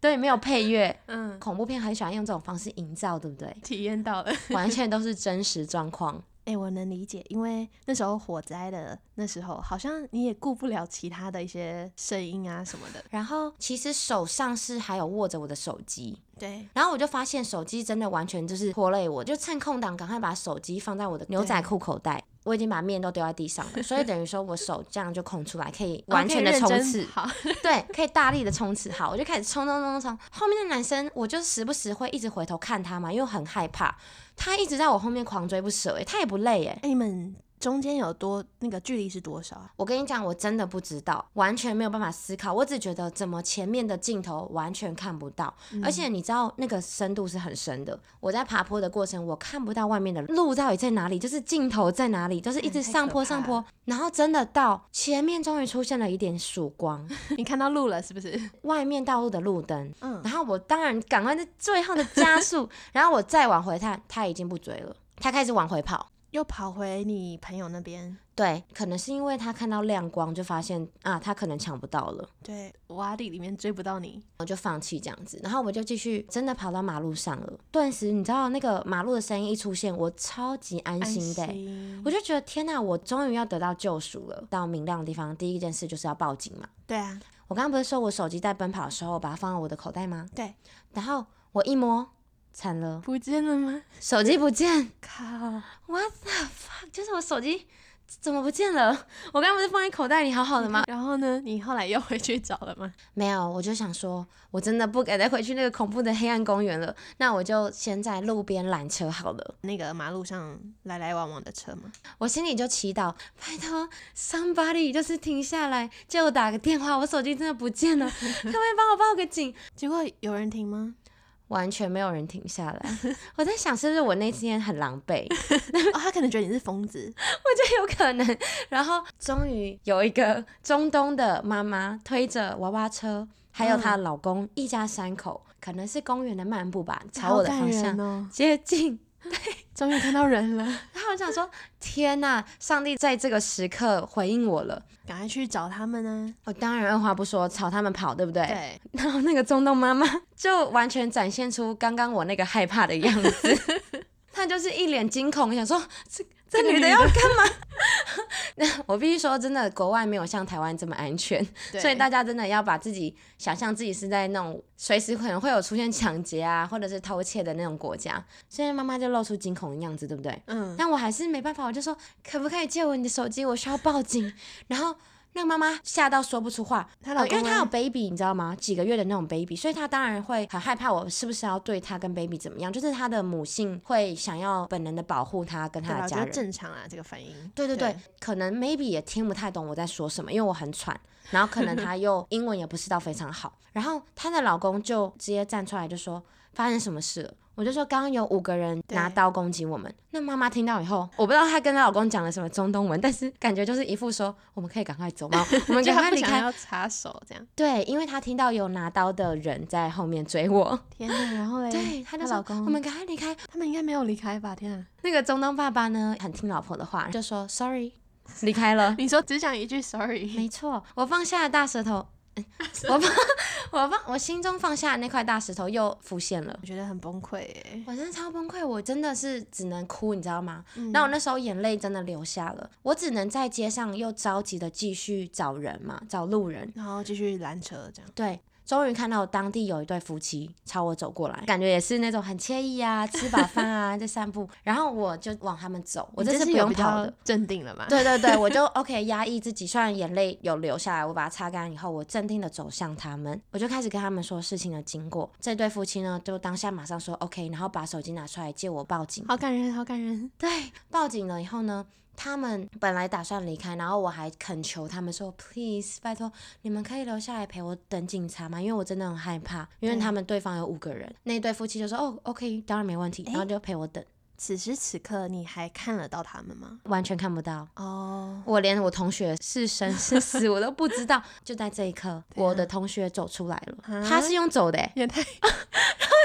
S1: 对，没有配乐。
S2: 嗯，
S1: 恐怖片很喜欢用这种方式营造，对不对？
S2: 体验到了。
S1: 完全都是真实状况。
S2: 哎、我能理解，因为那时候火灾的那时候，好像你也顾不了其他的一些声音啊什么的。
S1: 然后其实手上是还有握着我的手机，
S2: 对，
S1: 然后我就发现手机真的完全就是拖累我，就趁空档赶快把手机放在我的牛仔裤口袋。我已经把面都丢在地上了，所以等于说我手这样就空出哦来，可以完 全的冲刺，
S2: 好，
S1: 对，可以大力的冲刺。好，我就开始冲冲冲冲冲。后面的男生，我就时不时会一直回头看他嘛，因为我很害怕，他一直在我后面狂追不舍、欸，他也不累、欸，
S2: 哎、你们中间有多那个距离是多少啊？
S1: 我跟你讲，我真的不知道，完全没有办法思考。我只觉得怎么前面的镜头完全看不到，而且
S2: 嗯
S1: 你知道那个深度是很深的。我在爬坡的过程，我看不到外面的路到底在哪里，就是镜头在哪里，都是一直
S2: 嗯太
S1: 上坡
S2: 可怕
S1: 上坡。然后真的到前面，终于出现了一点曙光，
S2: 你看到路了是不是？
S1: 外面道路的路灯。
S2: 嗯，
S1: 然后我当然赶快在最后的加速，然后我再往回看，他已经不追了，他开始往回跑。
S2: 又跑回你朋友那边。
S1: 对，可能是因为他看到亮光，就发现啊，他可能抢不到了，
S2: 对，洼地里面追不到你，
S1: 我就放弃这样子。然后我就继续真的跑到马路上了。顿时，你知道那个马路的声音一出现，我超级安心的欸、
S2: 心
S1: 我就觉得天哪，我终于要得到救赎了！到明亮的地方，第一件事就是要报警嘛。
S2: 对啊，
S1: 我刚刚不是说我手机在奔跑的时候，我把它放到我的口袋吗？
S2: 对。
S1: 然后我一摸，惨了，
S2: 不见了吗？
S1: 手机不见
S2: 靠，
S1: ！What the fuck？就是我手机怎么不见了？我刚刚不是放在口袋里好好的吗？
S2: 然后呢？你后来又回去找了吗？
S1: 没有，我就想说，我真的不敢再回去那个恐怖的黑暗公园了。那我就先在路边拦车好了。
S2: 那个马路上来来往往的车吗？
S1: 我心里就祈祷，拜托，somebody 就是停下来，叫我打个电话，我手机真的不见了，可不可以帮我报个警？
S2: 结果有人停吗？
S1: 完全没有人停下来。我在想，是不是我那天很狼狈？
S2: 哦，他可能觉得你是疯子，
S1: 有可能。然后终于有一个中东的妈妈推着娃娃车，还有
S2: 嗯
S1: 她的老公，一家三口，可能是公园的漫步吧，朝我的
S2: 好
S1: 方
S2: 感人
S1: 向、
S2: 哦！
S1: 接近。
S2: 终于看到人了，
S1: 然后我想说，天呐，上帝在这个时刻回应我了。
S2: 赶快去找他们啊！
S1: 我当然二话不说，朝他们跑，对不对？
S2: 对，
S1: 然后那个中东妈妈就完全展现出刚刚我那个害怕的样子， 她就是一脸惊恐，想说这这
S2: 这个
S1: 女的
S2: 女
S1: 要干嘛？ 我必须说，真的，国外没有像台湾这么安全，所以大家真的要把自己想象自己是在那种随时可能会有出现抢劫啊，或者是偷窃的那种国家。所以妈妈就露出惊恐的样子，对不对？
S2: 嗯，
S1: 但我还是没办法，我就说可不可以借我你的手机，我需要报警。 然后那个妈妈吓到说不出话，
S2: 她老
S1: 呃因为
S2: 公
S1: 她有
S2: 呢
S1: baby，你知道吗？几个月的那种 baby，所以她当然会很害怕，我是不是要对她跟 baby 怎么样？就是她的母性会想要本能的保护她跟
S2: 对
S1: 她
S2: 吧？
S1: 的
S2: 我觉
S1: 家
S2: 得
S1: 人。
S2: 正常啊，这个反应。
S1: 对对对，可能 maybe 也听不太懂我在说什么，因为我很喘，然后可能她又 英文也不是到非常好，然后她的老公就直接站出来就说发生什么事了。我就说刚刚有五个人拿
S2: 对
S1: 刀攻击我们，那妈妈听到以后，我不知道她跟她老公讲了什么中东文，但是感觉就是一副说我们可以赶快走 吗？我们
S2: 就
S1: 赶
S2: 他
S1: 快
S2: 不
S1: 离
S2: 想
S1: 开，
S2: 要插手这样。
S1: 对，因为她听到有拿刀的人在后面追我，
S2: 天哪，然后嘞，
S1: 对，她就
S2: 她
S1: 说
S2: 老公
S1: 我们赶快离开。
S2: 他们应该没有离开吧？天啊！
S1: 那个中东爸爸呢，很听老婆的话，就说 sorry，离开 了。
S2: 你说只讲一句 sorry，
S1: 没错，我放下了大石头， 我放 我放我心中放下的那块大石头又浮现了。
S2: 我觉得很崩溃哎。
S1: 我真的超崩溃，我真的是只能哭，你知道吗？
S2: 嗯
S1: 那我那时候眼泪真的流下了，我只能在街上又着急的继续找人嘛，找路人。
S2: 然后继续拦车这样。
S1: 对，终于看到当地有一对夫妻朝我走过来，感觉也是那种很惬意啊，吃饱饭啊，在散步。然后我就往他们走，我
S2: 你
S1: 这次不
S2: 是有
S1: 用
S2: 比
S1: 跑
S2: 较
S1: 的。
S2: 镇定 了嘛？，
S1: 对对对，我就 OK 压抑自己，虽然眼泪有流下来，我把它擦干以后，我镇定的走向他们，我就开始跟他们说事情的经过。这对夫妻呢，就当下马上说 OK，然后把手机拿出来借我报警。
S2: 好感人，好感人。
S1: 对，报警了以后呢，他们本来打算离开，然后我还恳求他们说，please，拜托你们可以留下来陪我等警察吗？因为我真的很害怕，因为
S2: 对
S1: 他们对方有五个人，那对夫妻就说，哦，OK，当然没问题，
S2: 诶
S1: 然后就陪我等，
S2: 此时此刻，你还看得到他们吗？
S1: 完全看不到。
S2: 哦，
S1: 我连我同学是 生是死我都不知道，就在这一刻，
S2: 对啊
S1: 我的同学走出来了，
S2: 啊
S1: 他是用走的欸，
S2: 也 太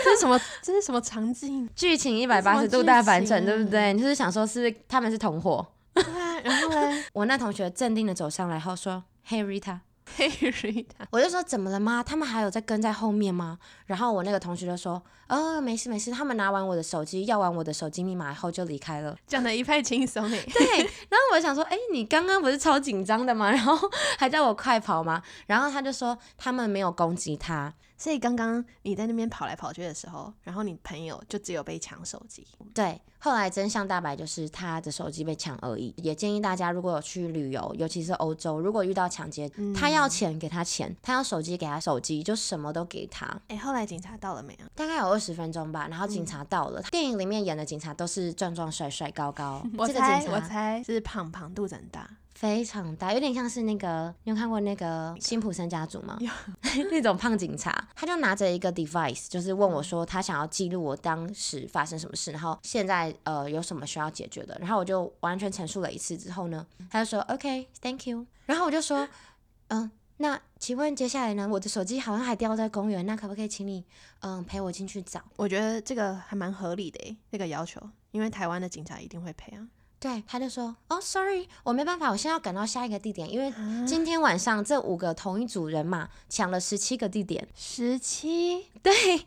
S2: 这是什么？这是什么场景？
S1: 剧情一百八十度大反转，
S2: 这什么剧情啊
S1: 对不对？你就是想说，是不是他们是同伙？
S2: 对啊，然后嘞
S1: 我那同学镇定的走上来后说：“Hey Rita。”
S2: 嘿 Rita，
S1: 我就说怎么了吗？他们还有在跟在后面吗？然后我那个同学就说，哦，没事没事，他们拿完我的手机，要完我的手机密码以后就离开了。
S2: 讲的一派轻松诶。
S1: 对，然后我想说，哎，你刚刚不是超紧张的吗？然后还叫我快跑吗？然后他就说他们没有攻击他，
S2: 所以刚刚你在那边跑来跑去的时候，然后你朋友就只有被抢手机。
S1: 对，后来真相大白就是他的手机被抢而已。也建议大家如果有去旅游，尤其是欧洲，如果遇到抢劫，他
S2: 嗯
S1: 要钱给他钱，他要手机给他手机，就什么都给他。
S2: 哎，后来警察到了没啊？
S1: 大概有二十分钟吧，然后警
S2: 嗯
S1: 察到了。电影里面演的警察都是壮壮帅帅、高高，
S2: 我
S1: 这个
S2: 猜，
S1: 警
S2: 我
S1: 察
S2: 猜是胖胖，肚子很大。
S1: 非常大，有点像是那个你有看过那个辛普森家族吗？ 那种胖警察，他就拿着一个 device，就是问我说他想要记录我当时发生什么事，然后现在呃有什么需要解决的，然后我就完全陈述了一次之后呢，他就说 OK，thank、you，然后我就说嗯、那请问接下来呢，我的手机好像还掉在公园，那可不可以请你嗯、陪我进去找？
S2: 欸我觉得这个还蛮合理的诶，这个要求，因为台湾的警察一定会赔啊。
S1: 对，他就说哦，sorry，我没办法，我现在要赶到下一个地点，因为
S5: 啊
S1: 今天晚上这五个同一组人嘛，抢了十七个地点。
S5: 十七，
S1: 对，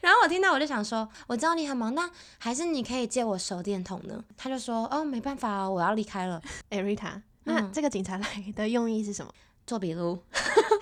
S1: 然后我听到我就想说，我知道你很忙，那还是你可以借我手电筒呢？他就说哦，没办法哦，我要离开了，
S2: 艾瑞塔，那
S1: 嗯
S2: 这个警察来的用意是什么？
S1: 做笔录。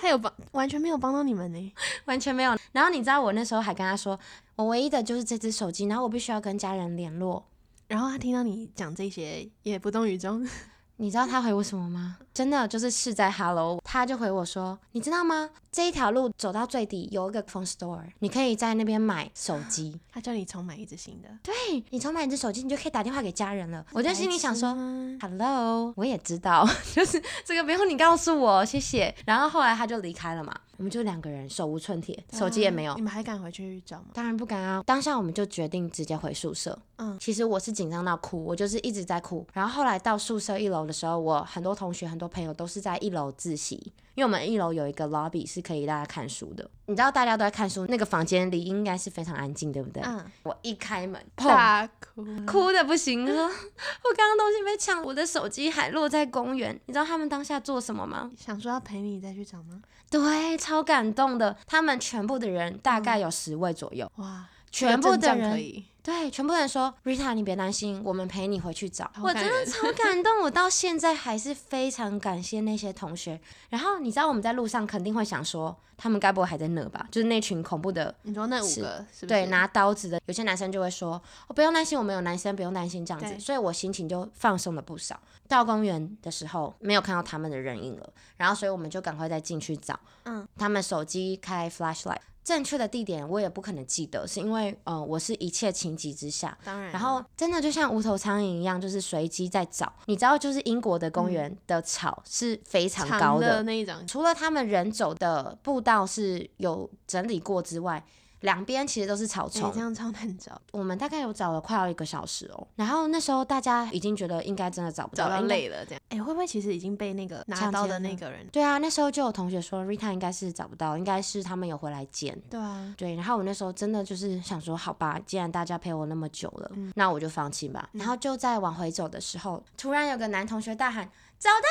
S2: 他有帮，完全没有帮到你们欸呢。
S1: 完全没有。然后你知道我那时候还跟他说，我唯一的就是这只手机，然后我必须要跟家人联络。
S2: 然后他听到你讲这些，也不动于衷。
S1: 你知道他回我什么吗？真的就是是在 Hello，他就回我说，你知道吗？这一条路走到最底有一个 phone store，你可以在那边买手机。
S2: 他叫你重买一只新的，
S1: 对你重买一只手机，你就可以打电话给家人了。我就心里想说
S2: 白痴。吗
S1: Hello，我也知道， 就是这个不用你告诉我，谢谢。然后后来他就离开了嘛，我们就两个人手无寸铁，手机也没有
S2: 啊你，们还敢回去找吗？
S1: 当然不敢啊！当下我们就决定直接回宿舍。
S2: 嗯
S1: 其实我是紧张到哭，我就是一直在哭。然后后来到宿舍一楼的时候，我很多同学、很多朋友都是在一楼自习，因为我们一楼有一个 lobby 是可以大家看书的。你知道大家都在看书，那个房间里应该是非常安静，对不对？
S2: 嗯，
S1: 我一开门，砰！
S2: 大哭了，
S1: 哭的不行
S2: 啊
S1: 了， 我刚刚东西被抢，我的手机还落在公园。你知道他们当下做什么吗？
S2: 想说要陪你再去找吗？
S1: 对，超感动的。他们全部的人大概有十位左右，
S2: 哇，
S1: 全部的
S2: 这个阵仗
S1: 人
S2: 可以，
S1: 对，全部人说 Rita，你别担心，我们陪你回去找。
S2: 好
S1: 我
S2: 感
S1: 真
S2: 人
S1: 的超感动，我到现在还是非常感谢那些同学。然后你知道我们在路上肯定会想说，他们该不会还在那吧？就是那群恐怖的，
S2: 你说那五
S1: 是
S2: 个是不是？
S1: 对，拿刀子的。有些男生就会说，哦，不用担心，我们有男生，不用担心这样子。
S2: 对
S1: 所以我心情就放松了不少。到公园的时候，没有看到他们的人影了，然后所以我们就赶快再进去找。
S2: 嗯，
S1: 他们手机开 flashlight。正确的地点我也不可能记得，是因为呃，我是一切情急之下，
S2: 当然啊，
S1: 然后真的就像无头苍蝇一样，就是随机在找。你知道，就是英国的公园的草是非常
S2: 长
S1: 高
S2: 的
S1: 的，
S2: 那一种，
S1: 除了他们人走的步道是有整理过之外，两边其实都是草
S2: 哎
S1: 丛
S2: 这。样超难找，
S1: 我们大概有找了快要一个小时哦。然后那时候大家已经觉得应该真的找不
S2: 找到
S1: 应该
S2: 累了这样。哎，会不会其实已经被那个拿
S1: 抢
S2: 刀
S1: 劫
S2: 的那
S1: 了
S2: 个人？
S1: 对啊，那时候就有同学说 Rita 应该是找不到，应该是他们有回来捡。
S2: 对啊，
S1: 对，然后我那时候真的就是想说，好吧，既然大家陪我那么久了，
S2: 嗯
S1: 那我就放弃吧。然后就在往回走的时候，突然有个男同学大喊：“找到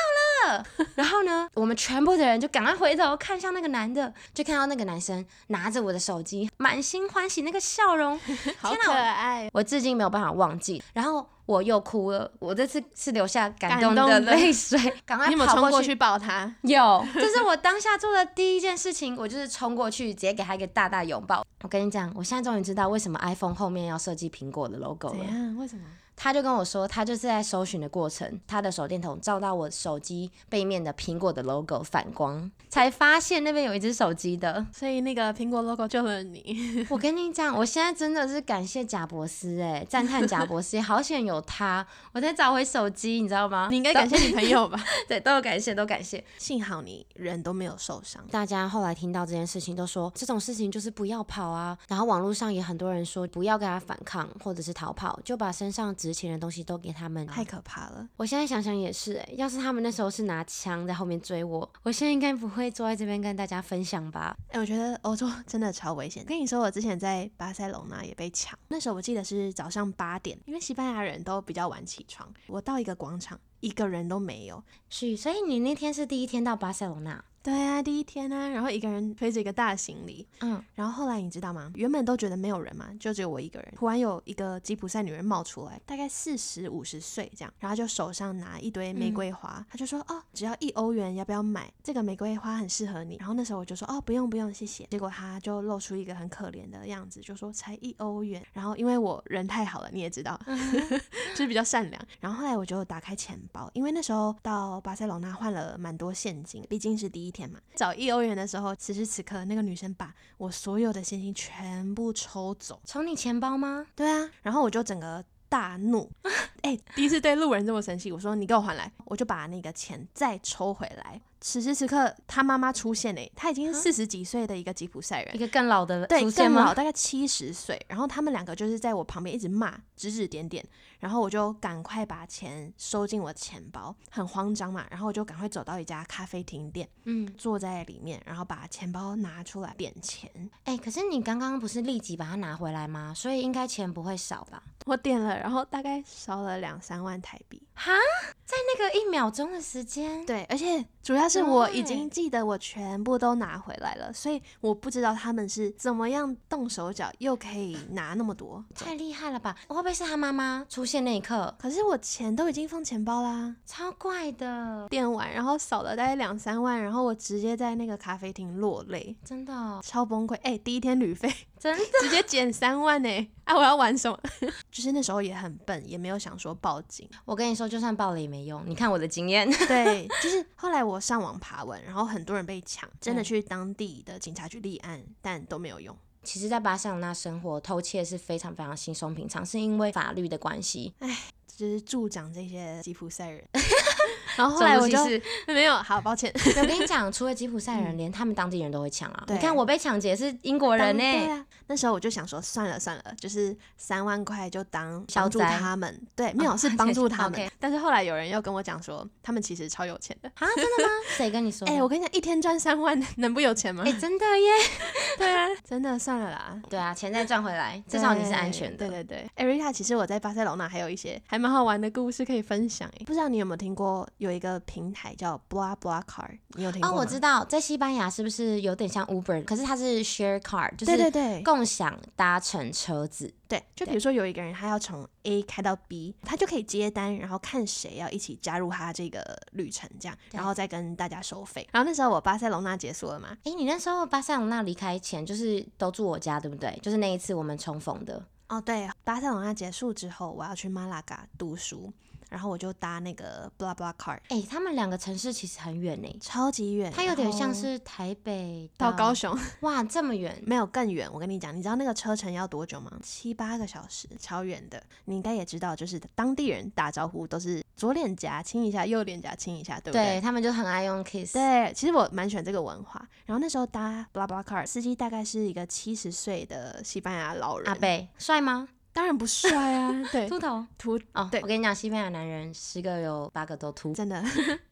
S1: 了！” 然后呢，我们全部的人就赶快回头看向那个男的，就看到那个男生拿着我的手机，满心欢喜那个笑容，
S2: 好
S1: 天哪
S2: 可
S1: 我
S2: 爱，哦
S1: 我至今没有办法忘记。然后我又哭了，我这次是流下感
S2: 感
S1: 动
S2: 动
S1: 的
S2: 的
S1: 泪 水，赶快
S2: 你有没有
S1: 跑
S2: 冲
S1: 过
S2: 过去抱他？
S1: 有，这是我当下做的第一件事情，我就是冲过去，直接给他一个大大拥抱。我跟你讲，我现在终于知道为什么 iPhone 后面要设计苹果的 logo
S2: 怎
S1: 了。
S2: 样？为什么？。
S1: 他就跟我说，他就是在搜寻的过程，他的手电筒照到我手机背面的苹果的 logo 反光，才发现那边有一只手机的
S2: 所以那个苹果 logo 救了 你，
S1: 我跟你讲，我现在真的是感谢贾博士、哎，赞叹贾博士，好险有他，我才找回手机，你知道吗？
S2: 你应该感谢你朋友吧？
S1: 对，都有感谢，都感谢。
S2: 幸好你人都没有受伤，
S1: 大家后来听到这件事情，都说这种事情就是不要跑啊。然后网络上也很多人说不要跟他反抗或者是逃跑，就把身上值钱的东西都给他们。啊
S2: 太可怕了。
S1: 我现在想想也是、欸，要是他们那时候是拿枪在后面追我，我现在应该不会坐在这边跟大家分享吧？
S2: 哎、我觉得欧洲 真的超危险。跟你说，我之前在巴塞隆纳也被抢，那时候我记得是早上八点，因为西班牙人都比较晚起床。我到一个广场，一个人都没有。
S1: 是，所以你那天是第一天到巴塞罗那，
S2: 对啊，第一天啊，然后一个人推着一个大行李，
S1: 嗯，
S2: 然后后来你知道吗？原本都觉得没有人嘛，就只有我一个人。突然有一个吉普赛女人冒出来，大概四十五十岁这样，然后就手上拿一堆玫瑰花，她就说：“哦，只要一欧元，要不要买？这个玫瑰花很适合你。”然后那时候我就说：“哦，不用不用，谢谢。”结果她就露出一个很可怜的样子，就说：“才一欧元。”然后因为我人太好了，你也知道， 就是比较善良。然后后来我就打开钱包，因为那时候到巴塞罗那换了蛮多现金，毕竟是第一天嘛。找一欧元的时候，此时此刻那个女生把我所有的现金全部抽走。
S1: 从你钱包吗？
S2: 对啊，然后我就整个大怒， 哎、第一次对路人这么生气，我说你给我还来，我就把那个钱再抽回来。此时此刻他妈妈出现嘞，他已经是四十几岁的一个吉普赛
S1: 一
S2: 人。
S1: 个更老的
S2: 对
S1: 出，现
S2: 更老，
S1: 吗？
S2: 大概七十岁。然后他们两个就是在我旁边一直骂，指指点点。然后我就赶快把钱收进我钱包，很慌张嘛。然后我就赶快走到一家咖啡厅店，
S1: 嗯，
S2: 坐在里面，然后把钱包拿出来点钱。
S1: 哎、可是你刚刚不是立即把它拿回来吗？所以应该钱不会少吧？
S2: 我点了，然后大概少了两三万台币。
S1: 哈，在那个一秒钟的时间，
S2: 对，而且主要是我已
S1: 对
S2: 经记得我全部都拿回来了，所以我不知道他们是怎么样动手脚，又可以拿那么多。
S1: 太厉害了吧？会不会是他妈妈出现那一刻？
S2: 可是我钱都已经放钱包啦，
S1: 超怪的，
S2: 电完然后少了大概两三万，然后我直接在那个咖啡厅落泪，
S1: 真的哦、
S2: 超崩溃。哎、第一天旅费
S1: 真的。
S2: 直接减三万呢、哎、我要玩什么？ 就是那时候也很笨，也没有想说报警。
S1: 我跟你说，就算报了也没用。你看我的经验，
S2: 对，就是后来我上网爬文，然后很多人被抢，真的
S1: 嗯
S2: 去当地的警察局立案，但都没有用。
S1: 其实，在巴塞罗那生活偷窃是非常非常稀松平常，是因为法律的关系。
S2: 就是助长这些吉普赛人。 然后后来我就
S1: 种族歧视
S2: 没有，好抱歉，
S1: 我跟你讲，除了吉普赛 人，连他们当地人都会抢啊！
S2: 嗯对
S1: 你看我被抢劫是英国人呢、欸
S2: 当对啊，那时候我就想说，算了算了，就是三万块就当
S1: 消
S2: 帮助
S1: 灾
S2: 他们， 对，没有
S1: 哦
S2: 是
S1: 帮
S2: 帮
S1: 助
S2: 助他们
S1: OK。
S2: 但是后来有人又跟我讲说，他们其实超有钱的。
S1: 啊，真的吗？谁跟你说的？
S2: 哎，我跟你讲，一天赚三万，能不有钱吗
S1: 哎、？真的耶！
S2: 对啊， 真的算了啦。
S1: 对啊，钱再赚回来，至少你是
S2: 对
S1: 安全的。
S2: 对对对，艾瑞卡，其实我在巴塞罗那还有一些还蛮好玩的故事可以分享欸诶。不知道你有没有听过有一个平台叫 Blah Blah Car，你有听过
S1: 哦，
S2: 吗？
S1: 我知道，在西班牙是不是有点像 Uber？可是它是 share car，就
S2: 对对
S1: 是
S2: 对，
S1: 共享搭乘车子。
S2: 对，就比如说有一个人他要从 A 开到 B，他就可以接单，然后看谁要一起加入他这个旅程，这样，
S1: 对
S2: 然后再跟大家收费。然后那时候我巴塞隆那结束了嘛，
S1: 哎、你那时候巴塞罗那离开前，就是都住我家，对不对？就是那一次我们重逢的。
S2: 哦对，巴塞隆那结束之后，我要去马拉嘎读书，然后我就搭那个 blah blah car，
S1: 哎、他们两个城市其实很远呢、
S2: 超级远，
S1: 它有点
S2: 然
S1: 像
S2: 后
S1: 是台北
S2: 到高雄，
S1: 哇，这么远，
S2: 没有更远。我跟你讲，你知道那个车程要多久吗？七八个小时，超远的。你应该也知道，就是当地人打招呼都是左脸颊亲一下，右脸颊亲一下，对不对
S1: 对他们就很爱用 kiss。
S2: 对，其实我蛮喜欢这个文化。然后那时候搭 blah blah car，司机大概是一个七十岁的西班牙老人，
S1: 阿贝帅吗？
S2: 当然不帅 啊，对，
S1: 秃头
S2: 秃
S1: 哦
S2: 对，
S1: 我跟你讲，西班牙男人十个有八个都秃。
S2: 真的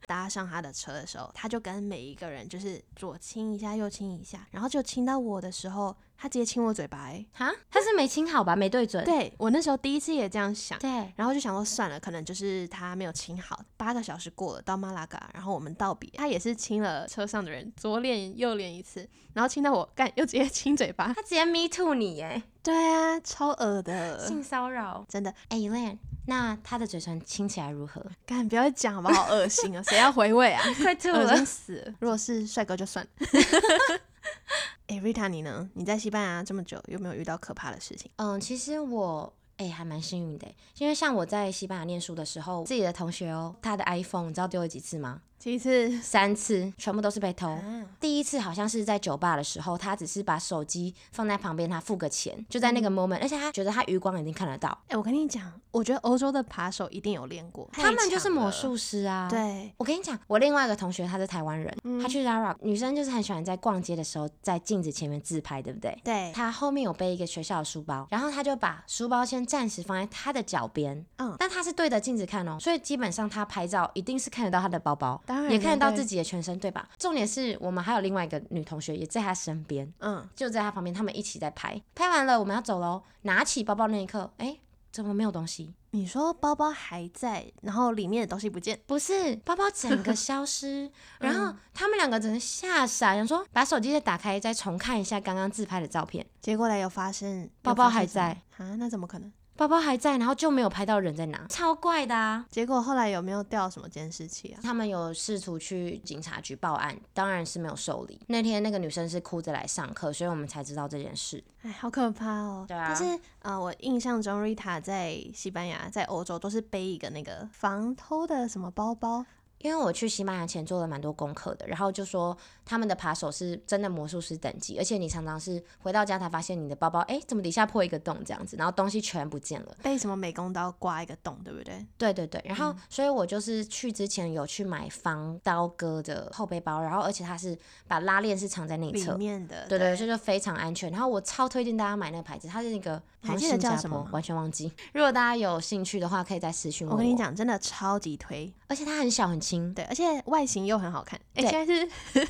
S2: 搭上他的车的时候，他就跟每一个人就是左亲一下，右亲一下，然后就亲到我的时候，他直接亲我嘴巴、欸，
S1: 哈，他是没亲好吧？没对准。
S2: 对我那时候第一次也这样想。
S1: 对，
S2: 然后就想说算了，可能就是他没有亲好。八个小时过了，到马拉嘎，然后我们道别，他也是亲了车上的人，左脸右脸一次，然后亲到我干，又直接亲嘴巴，
S1: 他直接 me too 你耶，
S2: 对啊，超恶的，
S1: 性骚扰。
S2: 真的，
S1: 哎，Elan，那他的嘴唇亲起来如何？
S2: 干不要讲好不好？恶心啊，谁要 回味啊？
S1: 快吐
S2: 恶心死了！如果是帅哥就算了。 哎、r i t a 你呢？你在西班牙这么久，有没有遇到可怕的事情？
S1: 嗯，其实我哎、还蛮幸运的，因为像我在西班牙念书的时候，自己的同学哦，他的 iPhone 你知道丢了几次吗？
S2: 其次，
S1: 三次，全部都是被偷。
S2: 啊，
S1: 第一次好像是在酒吧的时候，他只是把手机放在旁边，他付个钱，就在那
S2: 嗯
S1: 个 moment，、而且他觉得他余光已经看得到，
S2: 哎、我跟你讲，我觉得欧洲的扒手一定有练过，
S1: 他们就
S2: 太
S1: 是
S2: 强了
S1: 魔、术师啊。。
S2: 对，嗯
S1: 我跟你讲，我另外一个同学他是台湾人，他去 Zara，女生就是很喜欢在逛街的时候在镜子前面自拍，对不对？
S2: 对，
S1: 他后面有背一个学校的书包，然后他就把书包先暂时放在他的脚边，
S2: 嗯
S1: 但他是对着镜子看哦，所以基本上他拍照一定是看得到他的包包，
S2: 当然
S1: 也看得到
S2: 对
S1: 自己的全身，对吧？重点是我们还有另外一个女同学也在他身边，
S2: 嗯，
S1: 就在他旁边，他们一起在拍，拍完了我们要走喽，拿起包包那一刻，哎，怎么没有东西？
S2: 你说包包还在，然后里面的东西不见，
S1: 不是，包包整个消 失，然后他们两个整个吓傻，想说把手机再打开，再重看一下刚刚自拍的照片，
S2: 结果来有发生，
S1: 包包还在
S2: 啊？那怎么可能？
S1: 包包还在，然后就没有拍到人在拿，超怪的啊！
S2: 结果后来有没有掉什么监视器啊？
S1: 他们有试图去警察局报案，当然是没有受理。那天那个女生是哭着来上课，所以我们才知道这件事。
S2: 哎，好可怕哦！
S1: 对啊
S2: 但是呃，我印象中 Rita 在西班牙、在欧洲都是背一个那个防偷的什么包包，
S1: 因为我去西班牙前做了蛮多功课的，然后就说他们的扒手是真的魔术师等级，而且你常常是回到家才发现你的包包，哎，怎么底下破一个洞这样子，然后东西全不见了。
S2: 被什么美工刀刮一个洞，对不对？
S1: 对对对，然后、所以我就是去之前有去买防刀割的后背包，然后而且它是把拉链是藏在内
S2: 里
S1: 侧，
S2: 面的，
S1: 对对，这就非常安全。然后我超推荐大家买那个牌子，它是那个
S2: 你
S1: 好像
S2: 还记得
S1: 新
S2: 叫
S1: 加
S2: 什么
S1: 坡
S2: 吗，
S1: 完全忘记。如果大家有兴趣的话，可以再私讯
S2: 我跟你，讲，真的超级推，
S1: 而且它很小很轻。
S2: 对，而且外形又很好看。哎、
S1: 对
S2: 现在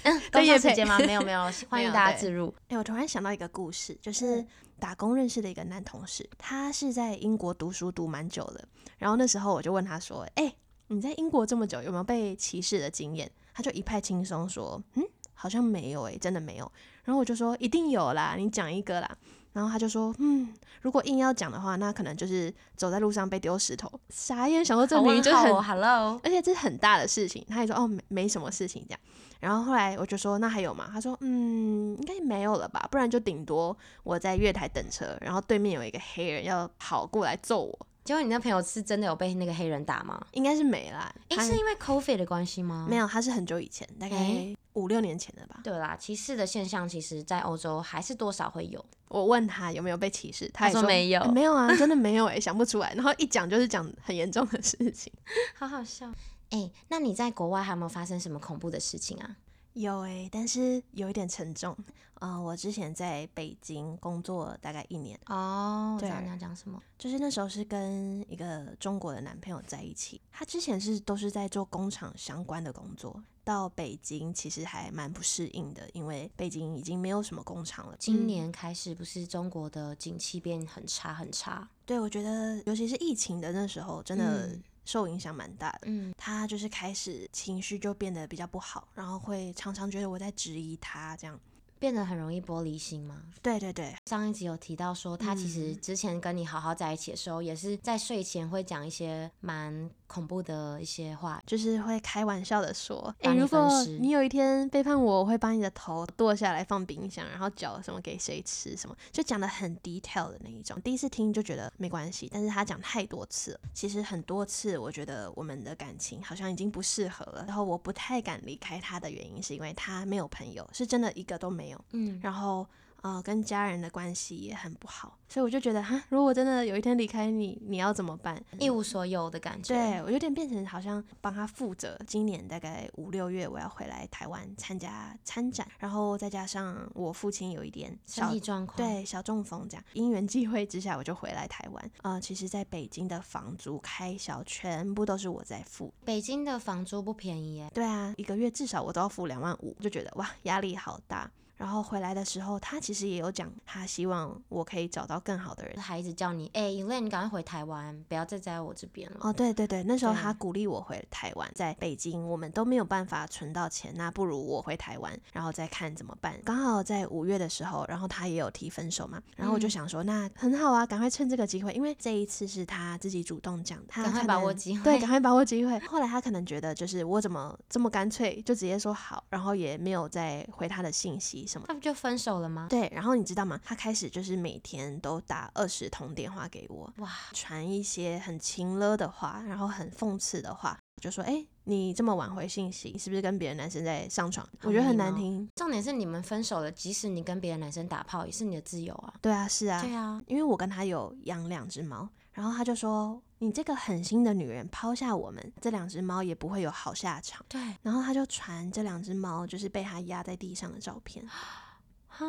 S2: 是
S1: 工
S2: 业
S1: 作时
S2: 配
S1: 间吗？没有 没有，欢迎
S2: 有
S1: 大家
S2: 对
S1: 自入。
S2: 哎、我突然想到一个故事，就是
S1: 嗯
S2: 打工认识的一个男同事，他是在英国读书读蛮久的，然后那时候我就问他说：“哎、你在英国这么久，有没有被歧视的经验？”他就一派轻松说：“嗯，好像没有、哎，真的没有。”然后我就说：“一定有啦，你讲一个啦。”然后他就说：“嗯，如果硬要讲的话，那可能就是走在路上被丢石头。”傻眼，想说这
S1: 好
S2: 明
S1: 问
S2: 明就
S1: 号
S2: 很
S1: 哦，Hello，
S2: 而且这是很大的事情。他也说哦，没没什么事情这样。然后后来我就说那还有吗？他说嗯，应该没有了吧，不然就顶多我在月台等车，然后对面有一个黑人要跑过来揍我，
S1: 结果你那朋友是真的有被那个黑人打吗？
S2: 应该是没啦。
S1: 诶，
S2: 他
S1: 是因为 COVID 的关系吗？
S2: 没有，他是很久以前，大概
S1: 诶
S2: 五六年前的吧。
S1: 对啦，歧视的现象其实在欧洲还是多少会有。
S2: 我问他有没有被歧视，他也
S1: 说
S2: 说
S1: 没有
S2: 哎没有啊，真的没有哎、想不出来。然后一讲就是讲很严重的事情。
S1: 好好笑。哎、那你在国外还有没有发生什么恐怖的事情啊？
S2: 有诶、但是有一点沉重。嗯、我之前在北京工作大概一年，
S1: 哦，我知道
S2: 对
S1: 你要讲什么。
S2: 就是那时候是跟一个中国的男朋友在一起，他之前是都是在做工厂相关的工作，到北京其实还蛮不适应的，因为北京已经没有什么工厂了。
S1: 今、年开始不是中国的景气变很差很差，
S2: 对我觉得，尤其是疫情的那时候，真的
S1: 嗯
S2: 受影响蛮大的。
S1: 嗯，
S2: 他就是开始情绪就变得比较不好，然后会常常觉得我在质疑他这样。
S1: 变得很容易玻璃心吗？
S2: 对对对，
S1: 上一集有提到说，他其实
S2: 嗯
S1: 之前跟你好好在一起的时候，也是在睡前会讲一些蛮恐怖的一些话。
S2: 就是会开玩笑的说，哎、
S1: 把你
S2: 如
S1: 分
S2: 果
S1: 尸
S2: 你有一天背叛我，我会把你的头剁下来放冰箱，然后脚什么给谁吃什么，就讲的很 detail 的那一种。第一次听就觉得没关系，但是他讲太多次了，其实很多次我觉得我们的感情好像已经不适合了。然后我不太敢离开他的原因，是因为他没有朋友，是真的一个都没有。
S1: 嗯，
S2: 然后呃，跟家人的关系也很不好，所以我就觉得哈，如果我真的有一天离开你，你要怎么办？
S1: 一无所有的感觉。
S2: 对我有点变成好像帮他负责。今年大概五六月我要回来台湾参加参展，然后再加上我父亲有一点
S1: 身
S2: 小
S1: 体状况。，
S2: 对小中风这样，因缘际会之下我就回来台湾。呃，其实在北京的房租开销全部都是我在付。
S1: 北京的房租不便宜耶。
S2: 对啊，一个月至少我都要付两万五，就觉得哇压力好大。然后回来的时候，他其实也有讲，他希望我可以找到更好的人。
S1: 还一直叫你，哎、e l a i n 你赶快回台湾，不要再在我这边了。
S2: 哦，对对对，那时候
S1: 对
S2: 他鼓励我回台湾，在北京我们都没有办法存到钱，那不如我回台湾，然后再看怎么办。刚好在五月的时候，然后他也有提分手嘛，然后我就
S1: 嗯
S2: 想说，那很好啊，赶快趁这个机会，因为这一次是他自己主动讲，他
S1: 赶快
S2: 可
S1: 把握
S2: 能
S1: 机会
S2: 对，赶快把握机会。后来他可能觉得就是我怎么这么干脆，就直接说好，然后也没有再回他的信息什么的
S1: 那不就分手了吗？
S2: 对，然后你知道吗？他开始就是每天都打二十通电话给我，
S1: 哇，
S2: 传一些很情勒的话，然后很讽刺的话，就说：“哎、你这么晚回信息，你是不是跟别的男生在上床？”我觉得很
S1: 没礼
S2: 难
S1: 貌
S2: 听。
S1: 重点是哦你们分手了，即使你跟别的男生打炮，也是你的自由啊。
S2: 对啊，是啊，
S1: 对啊，
S2: 因为我跟他有养两只猫，然后他就说：“你这个狠心的女人，抛下我们这两只猫也不会有好下场。”
S1: 对
S2: 然后他就传这两只猫就是被他压在地上的照片，
S1: 啊，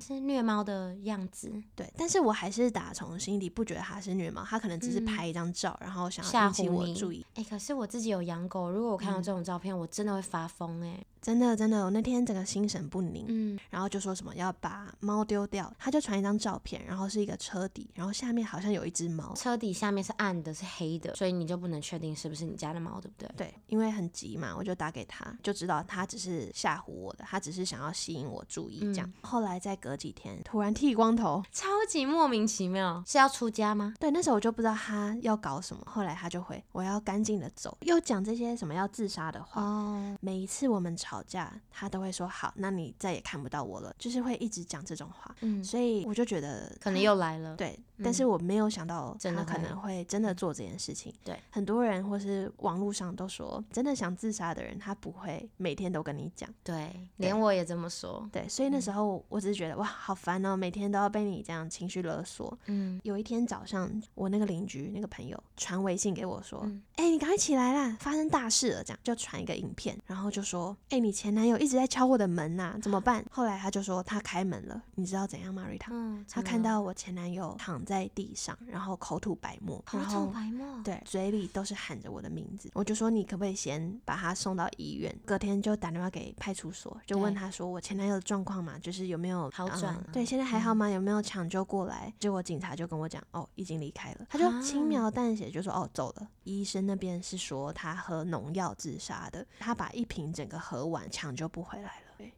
S1: 是虐猫的样子，
S2: 对，但是我还是打从心底不觉得他是虐猫，他可能只是
S1: 嗯
S2: 拍一张照，然后想要
S1: 吓
S2: 引起
S1: 唬
S2: 我
S1: 你
S2: 注意。
S1: 哎、可是我自己有养狗，如果我看到这种照片，我真的会发疯哎、
S2: 真的，真的，我那天整个心神不宁，
S1: 嗯，
S2: 然后就说什么要把猫丢掉，他就传一张照片，然后是一个车底，然后下面好像有一只猫。
S1: 车底下面是暗的，是黑的，所以你就不能确定是不是你家的猫，对不对？
S2: 对，因为很急嘛，我就打给他，就知道他只是吓唬我的，他只是想要吸引我注意这
S1: 嗯
S2: 样。后来再隔几天，突然剃光头，
S1: 超级莫名其妙，是要出家吗？
S2: 对，那时候我就不知道他要搞什么，后来他就会我要干净的走，又讲这些什么要自杀的话，
S1: 哦，
S2: 每一次我们吵吵架，他都会说好，那你再也看不到我了，就是会一直讲这种话。
S1: 嗯，
S2: 所以我就觉得
S1: 可能
S2: 他
S1: 又来了。
S2: 对，
S1: 嗯
S2: 但是我没有想到
S1: 真的
S2: 他可
S1: 会
S2: 能会真的做这件事情。
S1: 对，
S2: 很多人或是网络上都说，真的想自杀的人，他不会每天都跟你讲。
S1: 对，连我也这么说。
S2: 对，所以
S1: 嗯
S2: 那时候我只是觉得哇，好烦哦，每天都要被你这样情绪勒索。
S1: 嗯，
S2: 有一天早上，我那个邻居那个朋友传微信给我说：“哎、
S1: 嗯
S2: 你赶快起来啦，发生大事了！”这样就传一个影片，然后就说：“哎、你前男友一直在敲我的门呐、怎么办？”后来他就说他开门了，你知道怎样吗，瑞塔？
S1: 嗯，
S2: 他
S1: 怎么
S2: 看
S1: 了
S2: 到我前男友躺在地上，然后口吐白沫，然
S1: 口
S2: 后
S1: 吐白沫，，
S2: 对，嘴里都是喊着我的名字。我就说你可不可以先把他送到医院？隔天就打电话给派出所，就问
S1: 对
S2: 他说我前男友的状况嘛，就是有没有
S1: 好转
S2: 嗯
S1: 啊
S2: 对，现在还好吗？有没有抢救过来？结果警察就跟我讲，哦，已经离开了。他就轻
S1: 啊
S2: 描淡写就说，哦，走了。医生那边是说他喝农药自杀的，他把一瓶整个喝完，抢救不回来了。对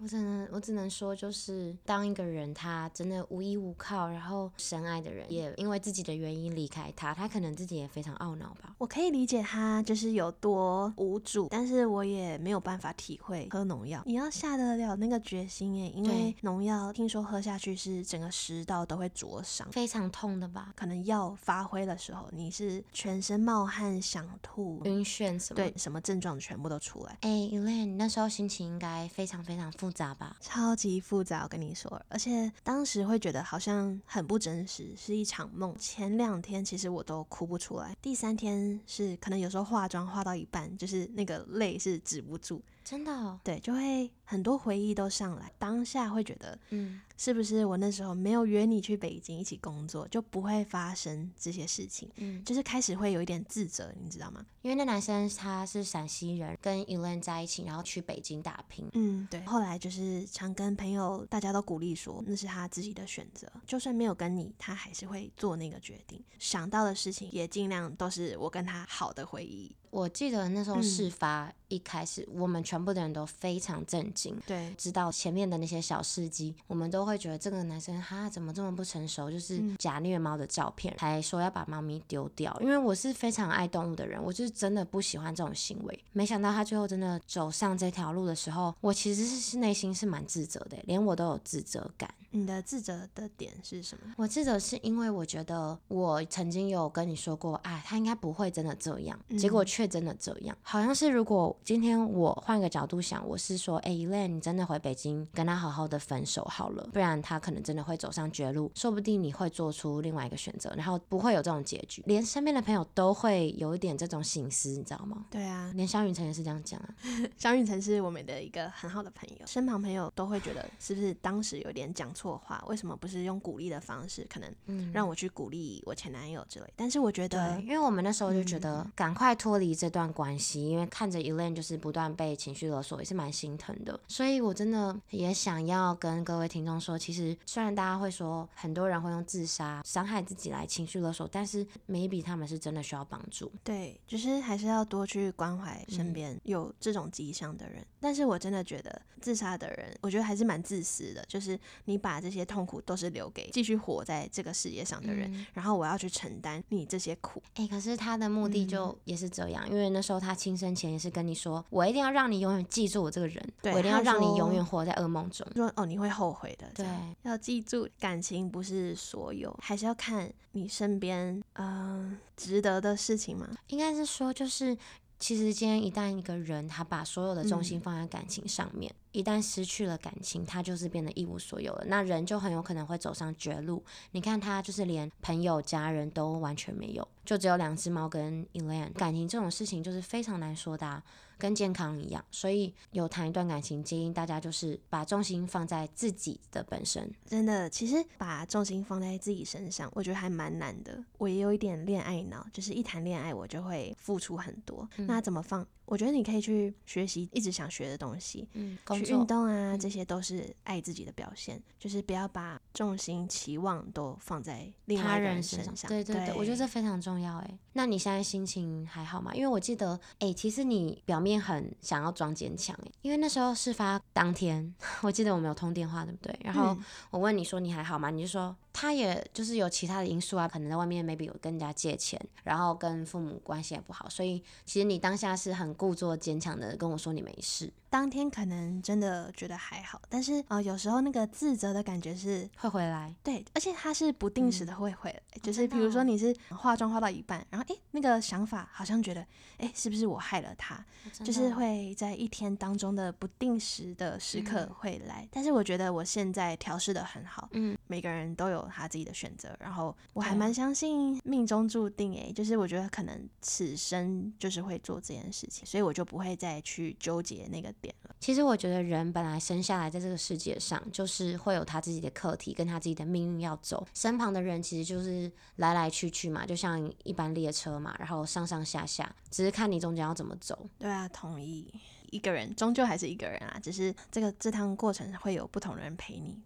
S1: 我只能我只能说，就是当一个人他真的无依无靠，然后深爱的人也因为自己的原因离开他，他可能自己也非常懊恼吧。
S2: 我可以理解他就是有多无助，但是我也没有办法体会喝农药。你要下得了那个决心耶，因为
S1: 对
S2: 农药听说喝下去是整个食道都会灼伤，
S1: 非常痛的吧，
S2: 可能药发挥的时候你是全身冒汗、想吐，
S1: 晕眩什么。
S2: 对，，什么症状全部都出来。
S1: 哎、e l a i n e 你那时候心情应该非常非常复杂吧？
S2: 超级复杂，我跟你说，而且当时会觉得好像很不真实，是一场梦。前两天其实我都哭不出来，第三天是可能有时候化妆化到一半，就是那个泪是止不住，
S1: 真的、哦，
S2: 对，就会很多回忆都上来，当下会觉得
S1: 嗯，
S2: 是不是我那时候没有约你去北京一起工作，就不会发生这些事情，
S1: 嗯
S2: 就是开始会有一点自责，你知道吗？
S1: 因为那男生他是陕西人，跟 Elaine 在一起，然后去北京打拼。
S2: 嗯，对。后来就是常跟朋友，大家都鼓励说那是他自己的选择，就算没有跟你，他还是会做那个决定。想到的事情也尽量都是我跟他好的回忆。
S1: 我记得那时候
S2: 嗯
S1: 事发一开始，我们全部的人都非常震惊，
S2: 对，
S1: 知道前面的那些小事迹，我们都会觉得这个男生哈怎么这么不成熟，就是假虐猫的照片，还说要把猫咪丢掉。因为我是非常爱动物的人，我就是真的不喜欢这种行为。没想到他最后真的走上这条路的时候，我其实是内心是蛮自责的，欸连我都有自责感。
S2: 你的自责的点是什么？
S1: 我自责是因为我觉得我曾经有跟你说过，哎，他应该不会真的这样，结果却真的这样。好像是如果今天我换个角度想，我是说，哎，Elaine，你真的回北京跟他好好的分手好了，不然他可能真的会走上绝路，说不定你会做出另外一个选择，然后不会有这种结局。连身边的朋友都会有一点这种心思，你知道吗？
S2: 对啊，
S1: 连肖云成也是这样讲啊，
S2: 张运成是我们的一个很好的朋友，身旁朋友都会觉得是不是当时有点讲错话，为什么不是用鼓励的方式，可能
S1: 嗯，
S2: 让我去鼓励我前男友之类。但是我觉得
S1: 对，因为我们那时候就觉得赶快脱离这段关系，因为看着 Elaine 就是不断被情绪勒索，也是蛮心疼的。所以我真的也想要跟各位听众说，其实虽然大家会说很多人会用自杀伤害自己来情绪勒索，但是 maybe 他们是真的需要帮助。
S2: 对，就是还是要多去关怀身
S1: 嗯
S2: 边有这种迹象的人。但是我真的觉得自杀的人，我觉得还是蛮自私的，就是你把这些痛苦都是留给继续活在这个世界上的人，
S1: 嗯
S2: 然后我要去承担你这些苦。
S1: 哎、可是他的目的就也是这样，因为那时候他轻生前也是跟你说，我一定要让你永远记住我这个人，
S2: 对
S1: 我一定要
S2: 他
S1: 让你永
S2: 说
S1: 远活在噩梦中。
S2: 说哦，你会后悔的。这
S1: 对
S2: 样，要记住，感情不是所有，还是要看你身边嗯、呃值得的事情嘛。
S1: 应该是说，就是其实今天一旦一个人他把所有的重
S2: 嗯
S1: 心放在感情上面，一旦失去了感情，他就是变得一无所有了。那人就很有可能会走上绝路。你看他就是连朋友、家人都完全没有，就只有两只猫跟 Elaine。感情这种事情就是非常难说的、啊，跟健康一样。所以有谈一段感情，建议大家就是把重心放在自己的本身。
S2: 真的，其实把重心放在自己身上，我觉得还蛮难的。我也有一点恋爱脑，就是一谈恋爱我就会付出很多。
S1: 嗯
S2: 那怎么放？我觉得你可以去学习一直想学的东西，
S1: 嗯，工
S2: 去
S1: 作嗯
S2: 运动啊，这些都是爱自己的表现。就是不要把重心、期望都放在另外
S1: 他
S2: 一个人
S1: 人
S2: 身
S1: 上，
S2: 上。
S1: 对对对，我觉得这非常重要哎。那你现在心情还好吗？因为我记得，哎，其实你表面很想要装坚强哎，因为那时候 事发当天，我记得我们有通电话，对不对？然后
S2: 嗯
S1: 我问你说你还好吗？你就说他也就是有其他的因素啊，可能在外面 maybe 有跟人家借钱，然后跟父母关系也不好，所以其实你当下是很故作坚强的跟我说你没事，
S2: 当天可能真的觉得还好，但是呃，有时候那个自责的感觉是。
S1: 会回来。
S2: 对，而且它是不定时的会回来，就是
S1: 真的
S2: 比如说
S1: 嗯哦
S2: 你是化妆化到一半，然后诶那个想法好像觉得诶是不是我害了他，
S1: 嗯
S2: 就是会在一天当中的不定时的时刻
S1: 嗯
S2: 会来。但是我觉得我现在调试的很好，
S1: 嗯，
S2: 每个人都有他自己的选择，然后我还
S1: 对啊
S2: 蛮相信命中注定、诶，就是我觉得可能此生就是会做这件事情，所以我就不会再去纠结那个点了。
S1: 其实我觉得人本来生下来在这个世界上，就是会有他自己的课题跟他自己的命运要走。身旁的人其实就是来来去去嘛，就像一班列车嘛，然后上上下下，只是看你中间要怎么走。
S2: 对啊，同意。一个人终究还是一个人啊，只是这个这趟过程会有不同的人陪你。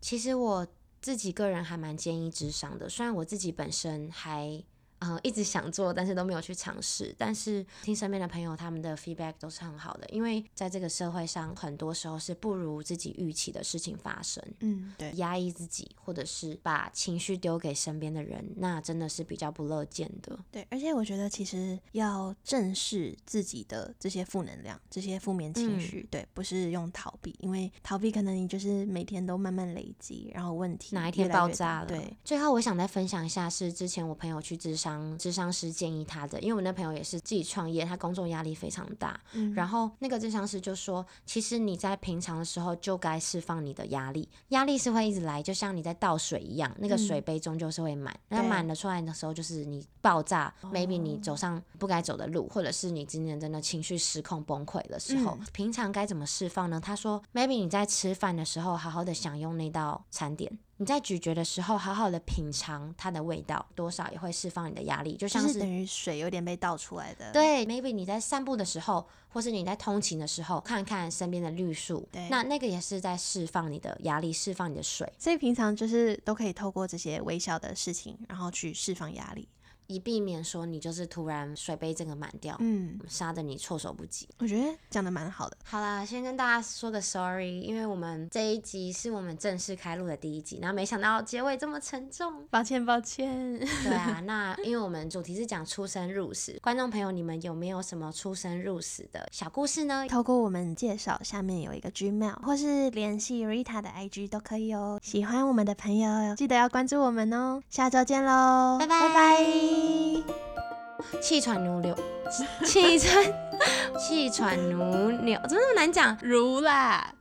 S1: 其实我自己个人还蛮建议智商的，虽然我自己本身还。呃，一直想做，但是都没有去尝试。但是听身边的朋友他们的 feedback 都是很好的，因为在这个社会上，很多时候是不如自己预期的事情发生。
S2: 嗯，对，
S1: 压抑自己，或者是把情绪丢给身边的人，那真的是比较不乐见的。
S2: 对，而且我觉得其实要正视自己的这些负能量、这些负面情
S1: 嗯
S2: 绪，对，不是用逃避，因为逃避可能你就是每天都慢慢累积，然后问题
S1: 哪一
S2: 越
S1: 天
S2: 来
S1: 爆
S2: 越
S1: 炸
S2: 大
S1: 了？
S2: 对，。
S1: 最后我想再分享一下，是之前我朋友去智商，智商师建议他的，因为我那朋友也是自己创业，他工作压力非常大，
S2: 嗯
S1: 然后那个智商师就说，其实你在平常的时候就该释放你的压力，压力是会一直来，就像你在倒水一样，那个
S2: 嗯
S1: 水杯终究是会满，那
S2: 对哦
S1: 满了出来的时候就是你爆炸、m a y b e 你走上不该走的路，或者是你今天真的情绪失控崩溃的时候，
S2: 嗯
S1: 平常该怎么释放呢？他说，maybe 你在吃饭的时候好好的享用那道餐点。你在咀嚼的时候，好好的品尝它的味道，多少也会释放你的压力，就
S2: 就
S1: 像
S2: 是
S1: 是
S2: 等于水有点被倒出来的，，
S1: 对，maybe 你在散步的时候，或是你在通勤的时候，看看身边的绿树
S2: 对，
S1: 那那个也是在释放你的压力，释放你的水。
S2: 所以平常就是都可以透过这些微小的事情，然后去释放压力。
S1: 以避免说你就是突然水杯整个满掉，
S2: 嗯，
S1: 杀得你措手不及。
S2: 我觉得讲的蛮好的，。
S1: 好啦，先跟大家说个 sorry，因为我们这一集是我们正式开录的第一集，然后没想到结尾这么沉重
S2: 抱歉抱歉，
S1: 对 啊，那因为我们主题是讲出生入死，观众朋友你们有没有什么出生入死的小故事呢？
S2: 透过我们介绍，下面有一个 Gmail，或是联系 Rita 的 IG 都可以哦。喜欢我们的朋友，记得要关注我们哦。下周见喽，
S1: 拜拜气喘如牛， 气喘，气喘如牛，怎么那么难讲？
S5: 如啦。